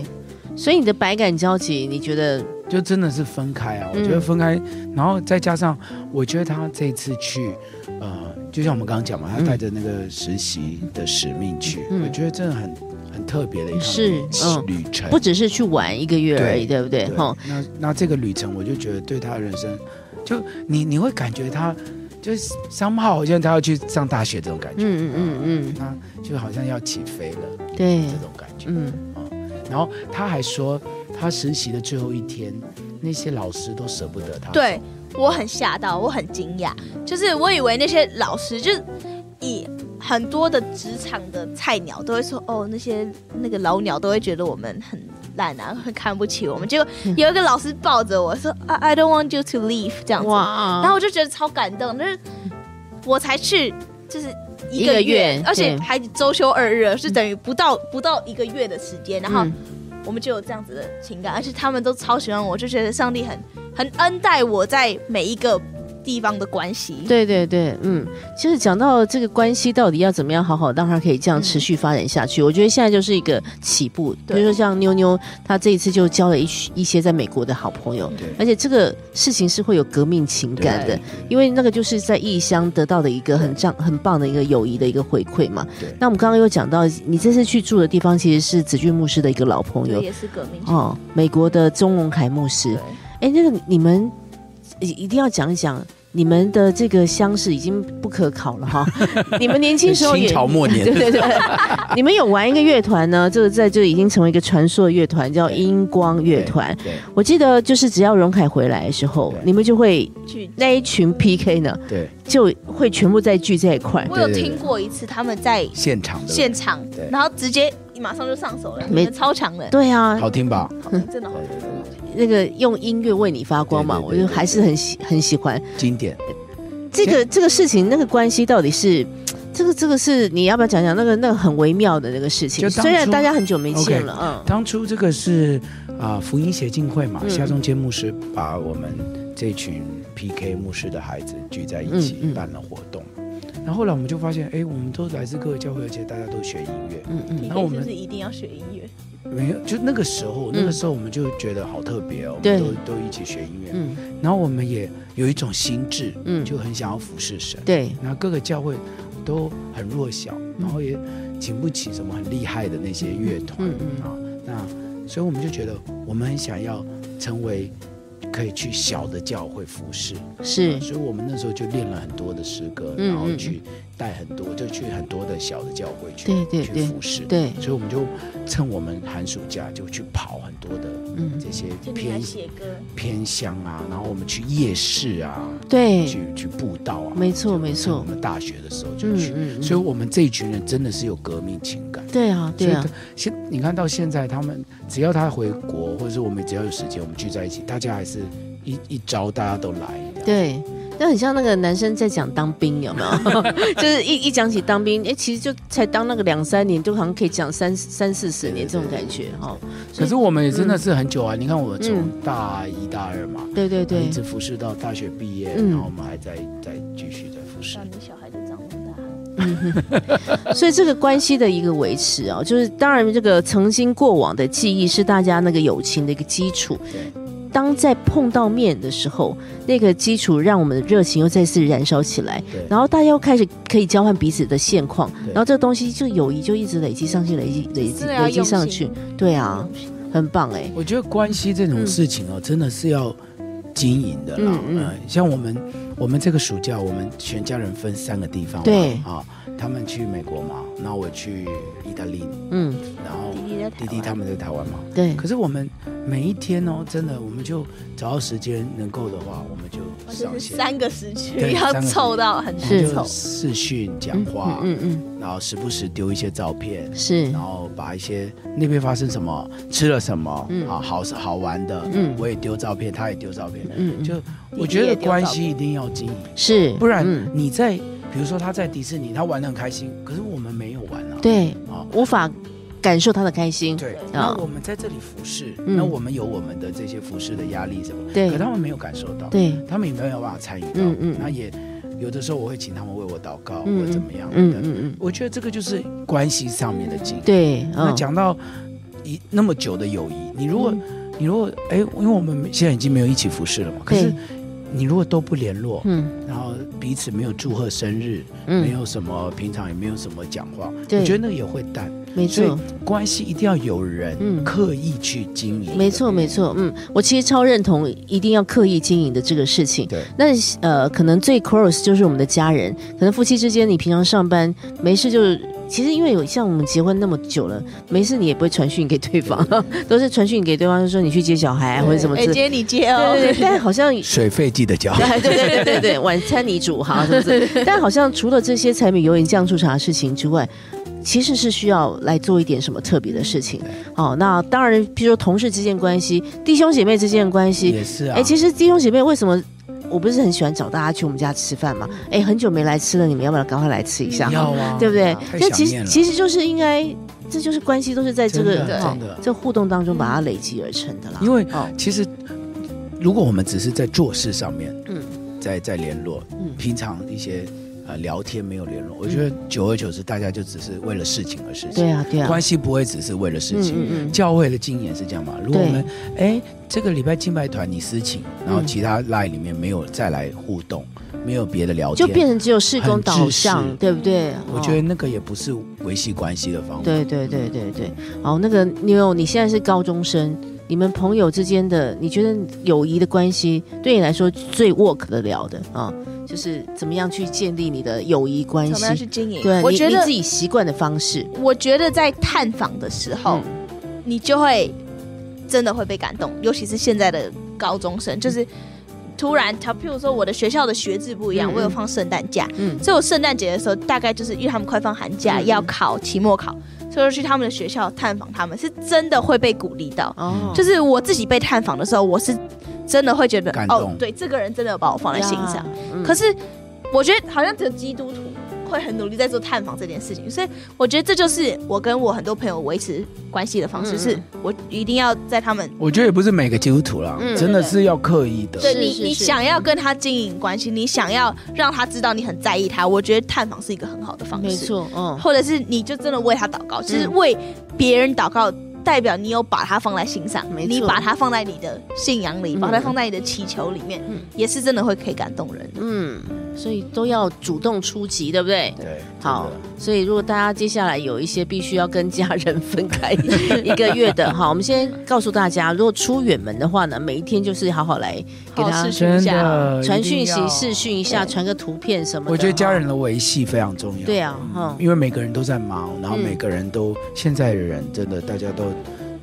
Speaker 3: 所以你的百感交集，你觉得
Speaker 1: 就真的是分开啊！我
Speaker 3: 嗯
Speaker 1: 觉得分开，然后再加上，我觉得他这次去，呃，就像我们刚刚讲嘛，他
Speaker 3: 嗯
Speaker 1: 带着那个实习的使命去，
Speaker 3: 嗯
Speaker 1: 我觉得真的很很特别的一
Speaker 3: 是
Speaker 1: 趟
Speaker 3: 嗯
Speaker 1: 旅旅程。
Speaker 3: 不只是去玩一个月而已，对不对？
Speaker 1: 对
Speaker 3: 吼，，
Speaker 1: 那那这个旅程，我就觉得对他的人生，就你你会感觉他就是三号好像他要去上大学这种感觉，
Speaker 3: 嗯嗯嗯
Speaker 1: 那就好像要起飞了
Speaker 3: 嗯，对
Speaker 1: 这，种感觉。
Speaker 3: 嗯。
Speaker 1: 然后他还说，他实习的最后一天，那些老师都舍不得他。
Speaker 2: 对我很吓到，我很惊讶，就是我以为那些老师就是以。很多的职场的菜鸟都会说，哦，那些那个老鸟都会觉得我们很烂啊，很看不起我们。结果
Speaker 3: 嗯
Speaker 2: 有一个老师抱着我说，I I don't want you to leave 这样子，
Speaker 3: 哇
Speaker 2: 然后我就觉得超感动，就是我才去就是一
Speaker 3: 一
Speaker 2: 个
Speaker 3: 个
Speaker 2: 月，
Speaker 3: 月
Speaker 2: 而且
Speaker 3: 对
Speaker 2: 还周休二日，是等于不到不到一个月的时间，然后
Speaker 3: 嗯
Speaker 2: 我们就有这样子的情感，而且他们都超喜欢我，就觉得上帝很很恩待我在每一个地方的关系。
Speaker 3: 对对对，嗯，其实讲到这个关系到底要怎么样好好让它可以这样持续发展下去，我觉得现在就是一个起步。比
Speaker 2: 对
Speaker 3: 如说像妞妞，她这一次就交了一群一些在美国的好朋友，
Speaker 1: 对
Speaker 3: 而且这个事情是会有革命情感的
Speaker 1: 对，
Speaker 3: 因为那个就是在异乡得到的一个很棒很棒的一个友谊的一个回馈嘛。
Speaker 1: 对
Speaker 3: 那我们刚刚有讲到，你这次去住的地方其实是子俊牧师的一个老朋
Speaker 2: 对，
Speaker 3: 友
Speaker 2: 也是革命。
Speaker 3: 哦，美国的钟荣凯牧师
Speaker 2: 对。，
Speaker 3: 哎，那个你们一一定要讲一讲你们的这个乡试已经不可考了哈。你们年轻时候也
Speaker 1: 清朝末
Speaker 3: 对
Speaker 1: 年，
Speaker 3: 对对，你们有玩一个乐团呢，这个在这里已经成为一个传说的乐团，叫英光乐团。
Speaker 1: 对
Speaker 3: 我记得就是只要荣凯回来的时候
Speaker 1: 对，
Speaker 3: 你们就会
Speaker 2: 去
Speaker 3: 那一群 PK 呢，
Speaker 1: 对，
Speaker 3: 就会全部在聚在一块。
Speaker 2: 我有
Speaker 1: 对对对
Speaker 2: 听过一次他们在
Speaker 1: 现场的
Speaker 2: 现场
Speaker 1: 对，
Speaker 2: 然后直接马上就上手了，
Speaker 3: 没
Speaker 2: 没超强的，
Speaker 3: 对啊，
Speaker 1: 好听吧？
Speaker 2: 好真的好
Speaker 1: 对。对对
Speaker 3: 那个用音乐为你发光嘛，
Speaker 1: 对对
Speaker 3: 我
Speaker 1: 对
Speaker 3: 就还是很喜很喜欢
Speaker 1: 经典。哎
Speaker 3: 这个这个事情，那个关系到底是。这个这个是你要不要讲讲那个那个很微妙的那个事情？
Speaker 1: 就当初
Speaker 3: 虽然大家很久没见了，嗯，
Speaker 1: 当初这个是啊、福音协进会嘛，
Speaker 3: 嗯
Speaker 1: 夏中坚牧师把我们这群 PK 牧师的孩子聚在一起
Speaker 3: 嗯嗯
Speaker 1: 办了活动。然后后来我们就发现，哎，我们都来自各个教会，而且大家都学音乐，
Speaker 3: 嗯嗯，
Speaker 1: 然后我
Speaker 2: 是
Speaker 1: 们
Speaker 2: 不是一定要学音乐？
Speaker 1: 没有就那个时候，
Speaker 3: 嗯
Speaker 1: 那个时候我们就觉得好特别哦，我
Speaker 3: 对
Speaker 1: 们都都一起学音乐，
Speaker 3: 嗯
Speaker 1: 然后我们也有一种心智，
Speaker 3: 嗯，
Speaker 1: 就很想要服侍神。
Speaker 3: 对，
Speaker 1: 然后各个教会都很弱小，然后也请不起什么很厉害的那些乐团
Speaker 3: 嗯嗯
Speaker 1: 啊。那所以我们就觉得，我们很想要成为可以去小的教会服侍，
Speaker 3: 是
Speaker 1: 所以我们那时候就练了很多的诗歌，
Speaker 3: 嗯
Speaker 1: 然后去带很多，就去很多的小的教会去
Speaker 3: 对对
Speaker 1: 去
Speaker 3: 对
Speaker 1: 服侍。
Speaker 3: 对，
Speaker 1: 所以我们就趁我们寒暑假就去跑很多的
Speaker 3: 嗯，
Speaker 1: 这些
Speaker 2: 就你来
Speaker 1: 偏
Speaker 2: 写歌，
Speaker 1: 偏乡啊，然后我们去夜市啊，
Speaker 3: 对，
Speaker 1: 去去布道啊，
Speaker 3: 嗯没错
Speaker 1: 就
Speaker 3: 没
Speaker 1: 趁
Speaker 3: 错
Speaker 1: 我们大学的时候就
Speaker 3: 嗯
Speaker 1: 去，
Speaker 3: 嗯，嗯
Speaker 1: 所以我们这一群人真的是有革命情感。
Speaker 3: 对啊对啊
Speaker 1: 所以，他，现你看到现在，他们只要他回国，或者是我们只要有时间，我们聚在一起，大家还是一一招大家都来。这样，
Speaker 3: 对，那很像那个男生在讲当兵，有没 有？就是一一讲起当兵，哎、其实就才当那个两三年，就好像可以讲三三四十年这种感觉哦哈。
Speaker 1: 可是我们也真的是很久啊！你看，我从
Speaker 3: 嗯
Speaker 1: 大一大二嘛，
Speaker 3: 对对
Speaker 1: 一
Speaker 3: 对，
Speaker 1: 直服侍到大学毕业，
Speaker 3: 嗯
Speaker 1: 然后我们还在在继续在服侍
Speaker 2: 让。你小孩子长那么大，
Speaker 3: 所以这个关系的一个维持啊，就是当然这个曾经过往的记忆是大家那个友情的一个基础
Speaker 1: 对。
Speaker 3: 当在碰到面的时候，那个基础让我们的热情又再次燃烧起来，
Speaker 1: 对
Speaker 3: 然后大家又开始可以交换彼此的现况，
Speaker 1: 对
Speaker 3: 然后这个东西就友谊就一直累积上去，累积累积
Speaker 2: 真的要
Speaker 3: 累积
Speaker 2: 用
Speaker 3: 上
Speaker 2: 心
Speaker 3: 去，对啊，
Speaker 2: 用心
Speaker 3: 很棒哎、
Speaker 1: 我觉得关系这种事情哦，真的是要经营的啦。
Speaker 3: 嗯嗯嗯
Speaker 1: 嗯、像我们我们这个暑假，我们全家人分三个地方嘛，
Speaker 3: 对
Speaker 1: 啊，他们去美国嘛，然后我去意大利，
Speaker 3: 嗯，
Speaker 1: 然后
Speaker 2: 弟弟在
Speaker 1: 弟弟
Speaker 2: 台
Speaker 1: 他
Speaker 2: 湾，
Speaker 1: 们在台湾嘛。
Speaker 3: 对，
Speaker 1: 可是我们每一天哦，真的，我们就找到时间能够的话，我们就
Speaker 2: 而
Speaker 1: 上
Speaker 2: 且
Speaker 1: 线
Speaker 2: 是，三个时区
Speaker 1: 对
Speaker 2: 要
Speaker 1: 三个时区
Speaker 2: 凑到很
Speaker 1: 我
Speaker 2: 难
Speaker 1: 们
Speaker 3: 哦是
Speaker 1: 就
Speaker 3: 凑
Speaker 1: 视讯讲话，
Speaker 3: 嗯嗯
Speaker 1: 然后时不时丢一些照片
Speaker 3: 嗯，，是
Speaker 1: 然，后把一些那边发生什么、吃了什么、
Speaker 3: 嗯
Speaker 1: 啊好好玩的，
Speaker 3: 嗯
Speaker 1: 我也丢照片，他也丢照片，
Speaker 3: 嗯嗯，
Speaker 1: 就我
Speaker 2: 弟弟也
Speaker 1: 觉得
Speaker 2: 丢
Speaker 1: 关
Speaker 2: 照
Speaker 1: 系一定要经营，
Speaker 3: 是，
Speaker 1: 不然
Speaker 3: 嗯，
Speaker 1: 你在比如说他在迪士尼，他玩的很开心，可是我们没有玩啊，
Speaker 3: 对，
Speaker 1: 啊
Speaker 3: 无法感受他的开心，
Speaker 1: 对，
Speaker 3: 啊
Speaker 1: 那我们在这里服侍，
Speaker 3: 嗯
Speaker 1: 那我们有我们的这些服侍的压力什么，
Speaker 3: 对
Speaker 1: 可他们没有感受到，
Speaker 3: 对，
Speaker 1: 他们也没有办法参与到，
Speaker 3: 嗯嗯
Speaker 1: 那也有的时候我会请他们为我祷告
Speaker 3: 嗯
Speaker 1: 或者怎么样
Speaker 3: 嗯
Speaker 1: 的，
Speaker 3: 嗯嗯，
Speaker 1: 我觉得这个就是关系上面的经营。
Speaker 3: 对，
Speaker 1: 那
Speaker 3: 嗯，
Speaker 1: 讲到一那么久的友谊，你如果、你如果哎，因为我们现在已经没有一起服侍了嘛，可是
Speaker 3: 嗯对
Speaker 1: 你如果都不联络，
Speaker 3: 嗯
Speaker 1: 然后彼此没有祝贺生日，
Speaker 3: 嗯，
Speaker 1: 没有什么平常也没有什么讲话，
Speaker 3: 对
Speaker 1: 我觉得那个也会淡。
Speaker 3: 没
Speaker 1: 所
Speaker 3: 错，
Speaker 1: 以关系一定要有人
Speaker 3: 嗯
Speaker 1: 刻意去经营，
Speaker 3: 没错，没错，嗯，我其实超认同一定要刻意经营的这个事情。
Speaker 1: 对，
Speaker 3: 那呃，可能最 close 就是我们的家人，可能夫妻之间，你平常上班没事就。其实，因为有像我们结婚那么久了，没事你也不会传讯给对方， 都是传讯给对方，就说你去接小孩啊或者什么
Speaker 2: 哎，
Speaker 3: 之类。
Speaker 2: 接你接哦，
Speaker 3: 对对对，但好像
Speaker 1: 水费记得交。
Speaker 3: 对对对对对对，晚餐你煮哈，是不 是？但好像除了这些柴米油盐酱醋茶的事情之外，其实是需要来做一点什么特别的事情。哦，那当然，比如说同事之间关系、弟兄姐妹之间的关系，
Speaker 1: 也是啊，
Speaker 3: 哎、其实弟兄姐妹为什么？我不是很喜欢找大家去我们家吃饭嘛？哎、很久没来吃了，你们要不要赶快来吃一下？
Speaker 1: 要啊，
Speaker 3: 对不对？
Speaker 1: 太
Speaker 3: 那
Speaker 1: 想
Speaker 3: 其
Speaker 1: 念
Speaker 3: 实
Speaker 1: 了
Speaker 3: 其实就是应该，这就是关系都是在这
Speaker 1: 真
Speaker 3: 个
Speaker 1: 的
Speaker 3: 哦
Speaker 1: 真的
Speaker 3: 这互动当中把它累积而成的啦。
Speaker 1: 因为
Speaker 3: 哦，
Speaker 1: 其实如果我们只是在做事上面，
Speaker 3: 嗯
Speaker 1: 嗯，在在联络，
Speaker 3: 嗯
Speaker 1: 平常一些呃聊天没有联络，我觉得久而久之，大家就只是为了事情而事情，
Speaker 3: 对啊对啊，
Speaker 1: 关系不会只是为了事情。
Speaker 3: 嗯嗯
Speaker 1: 教会的经验是这样嘛？如果我们哎这个礼拜敬拜团你私情，然后
Speaker 3: 嗯
Speaker 1: 其他 line 里面没有再来互动，没有别的聊哦
Speaker 3: 就
Speaker 1: 天，
Speaker 3: 变成只有事工
Speaker 1: 很
Speaker 3: 导
Speaker 1: 自
Speaker 3: 向
Speaker 1: 私，
Speaker 3: 对不对？
Speaker 1: 我
Speaker 3: 哦
Speaker 1: 觉得那个也不是维系关系的方法。
Speaker 3: 对对对对对，哦，那个妞，你现在是高中生，你们朋友之间的，你觉得友谊的关系对你来说最 work 得了的啊，就是怎么样去建立你的友谊关
Speaker 2: 怎么样
Speaker 3: 系？
Speaker 2: 去经营？
Speaker 3: 对，
Speaker 2: 我
Speaker 3: 你
Speaker 2: 觉
Speaker 3: 你
Speaker 2: 得
Speaker 3: 自己习惯的方式，
Speaker 2: 我觉得在探访的时候，
Speaker 3: 嗯
Speaker 2: 你就会真的会被感动，尤其是现在的高中生，就是突然，他譬如说我的学校的学制不一样，
Speaker 3: 嗯嗯
Speaker 2: 我有放圣诞假，
Speaker 3: 嗯
Speaker 2: 所以我圣诞节的时候，大概就是因为他们快放寒假，
Speaker 3: 嗯嗯
Speaker 2: 要考期末考，所以我去他们的学校探访他们，是真的会被鼓励到。
Speaker 3: 哦，
Speaker 2: 就是我自己被探访的时候，我是真的会觉得
Speaker 1: 感，
Speaker 2: 哦
Speaker 1: 动，
Speaker 2: 对，这个人真的有把我放在心上。
Speaker 3: 嗯
Speaker 2: 可是我觉得好像只有基督徒会很努力在做探访这件事情，所以我觉得这就是我跟我很多朋友维持关系的方式，
Speaker 3: 嗯
Speaker 2: 是我一定要在他们
Speaker 1: 我觉得也不是每个基督徒啦，
Speaker 3: 嗯
Speaker 1: 真的是要刻意的。
Speaker 2: 对
Speaker 3: 是
Speaker 2: 你
Speaker 3: 是
Speaker 2: 你
Speaker 3: 是
Speaker 2: 想要跟他经营关系，你想要让他知道你很在意他，我觉得探访是一个很好的方
Speaker 3: 没
Speaker 2: 式，
Speaker 3: 错，嗯，
Speaker 2: 或者是你就真的为他祷告，其实为别人祷告。代表你有把他放在心上，
Speaker 3: 没错
Speaker 2: 你把他放在你的信仰里，
Speaker 3: 嗯
Speaker 2: 把他放在你的祈求里面，
Speaker 3: 嗯
Speaker 2: 也是真的会可以感动人的。
Speaker 3: 嗯，所以都要主动出击，对不对？
Speaker 1: 对，
Speaker 3: 好
Speaker 1: 真的，
Speaker 3: 所以如果大家接下来有一些必须要跟家人分开一 个月的，哈，我们先告诉大家，如果出远门的话呢，每一天就是好好来给
Speaker 2: 好
Speaker 3: 他
Speaker 2: 事情一下
Speaker 1: 真的
Speaker 3: 传
Speaker 1: 哦一定
Speaker 3: 讯息、
Speaker 1: 要
Speaker 3: 视讯一下，传个图片什么的。
Speaker 1: 我觉得家
Speaker 3: 哈
Speaker 1: 人嗯的维系非常重要。
Speaker 3: 对啊，哈，
Speaker 1: 因为每个人都在忙，然后
Speaker 3: 嗯
Speaker 1: 每个人都、现在的人真的大家都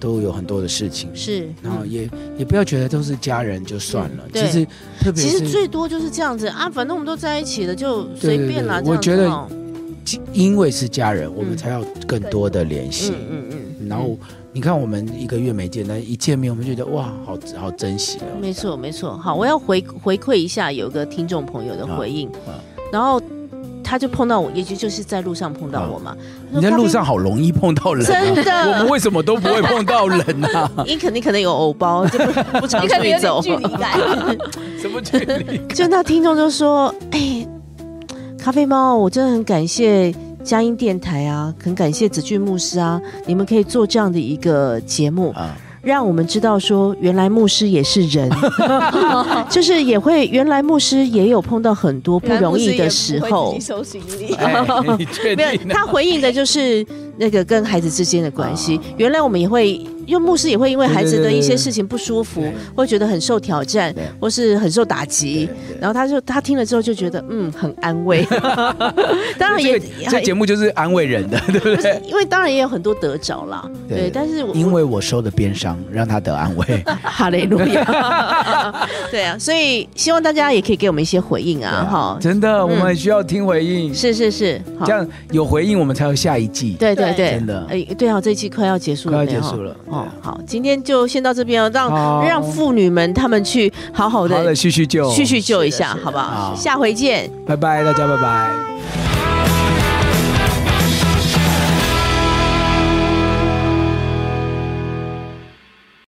Speaker 1: 都有很多的事情，
Speaker 3: 是，
Speaker 1: 然后
Speaker 3: 嗯
Speaker 1: 也也不要觉得都是家人就算了
Speaker 3: 嗯，对
Speaker 1: 其实特别
Speaker 3: 其
Speaker 1: 是
Speaker 3: 实最多就是这样子啊，反正我们都在一起了，就随便啦。
Speaker 1: 对对对
Speaker 3: 这样子
Speaker 1: 因为是家人，我
Speaker 3: 嗯
Speaker 1: 们才有更多的联系。
Speaker 3: 哈嗯嗯嗯，
Speaker 1: 然后你看我们一个月没见，但一见面我们就觉得哇，好好珍惜哦。
Speaker 3: 没错，没错。好，我要回回馈一下有个听众朋友的回应
Speaker 1: 啊啊，
Speaker 3: 然后他就碰到我，也就就是在路上碰到我嘛。他
Speaker 1: 你在
Speaker 3: 说咖
Speaker 1: 路
Speaker 3: 啡
Speaker 1: 上好容易碰到人、啊，
Speaker 3: 真的
Speaker 1: 我们为什么都不会碰到人呢、 啊？
Speaker 3: 因肯定可能有偶包，就不 不常
Speaker 2: 你可能有
Speaker 3: 出去
Speaker 2: 点
Speaker 3: 走。
Speaker 2: 距离感，
Speaker 1: 什么距离？
Speaker 3: 就那听众就说：“哎，咖啡猫，我真的很感谢佳音电台啊，很感谢子俊牧师啊，你们可以做这样的一个节目，
Speaker 1: 啊，
Speaker 3: 让我们知道说，原来牧师也是 人，就是也会原来牧师也有碰到很多 不容易的时候。”
Speaker 2: 收行李。
Speaker 1: 哎，你确
Speaker 3: 没有
Speaker 1: 定，呢？
Speaker 3: 他回应的就是那个跟孩子之间的关系
Speaker 1: 啊。
Speaker 3: 原来我们也会，因为牧师也会因为孩子的一些事情不舒服
Speaker 1: 对，
Speaker 3: 会觉得很受挑战
Speaker 1: 对，
Speaker 3: 或是很受打击
Speaker 1: 对。对
Speaker 3: 然后他就他听了之后就觉得，嗯，很安 慰。当然也
Speaker 1: 这个这节目就是安慰人的，对不对？
Speaker 3: 因为当然也有很多得着啦，
Speaker 1: 对
Speaker 3: 对，但是我
Speaker 1: 因为我受的鞭伤，让他得安 慰。
Speaker 3: 哈雷路 亚，对啊，所以希望大家也可以给我们一些回应啊，哈，
Speaker 1: 真的，我
Speaker 3: 嗯
Speaker 1: 们很需要听回应，
Speaker 3: 是是是，好
Speaker 1: 这，样有回应我们才有下一季。
Speaker 3: 对对对，
Speaker 1: 真的
Speaker 3: 哎，对啊，这一期快要结束了，
Speaker 1: 快要结束了
Speaker 3: 没有哦，好，今天就先到这边哦，让
Speaker 1: 好
Speaker 3: 让妇女们她们去好好
Speaker 1: 好
Speaker 3: 的
Speaker 1: 的，叙叙旧，
Speaker 3: 叙叙旧一下
Speaker 2: 是，的
Speaker 3: 好不好？
Speaker 1: 好
Speaker 3: 下回见。
Speaker 1: 拜拜，大家拜拜。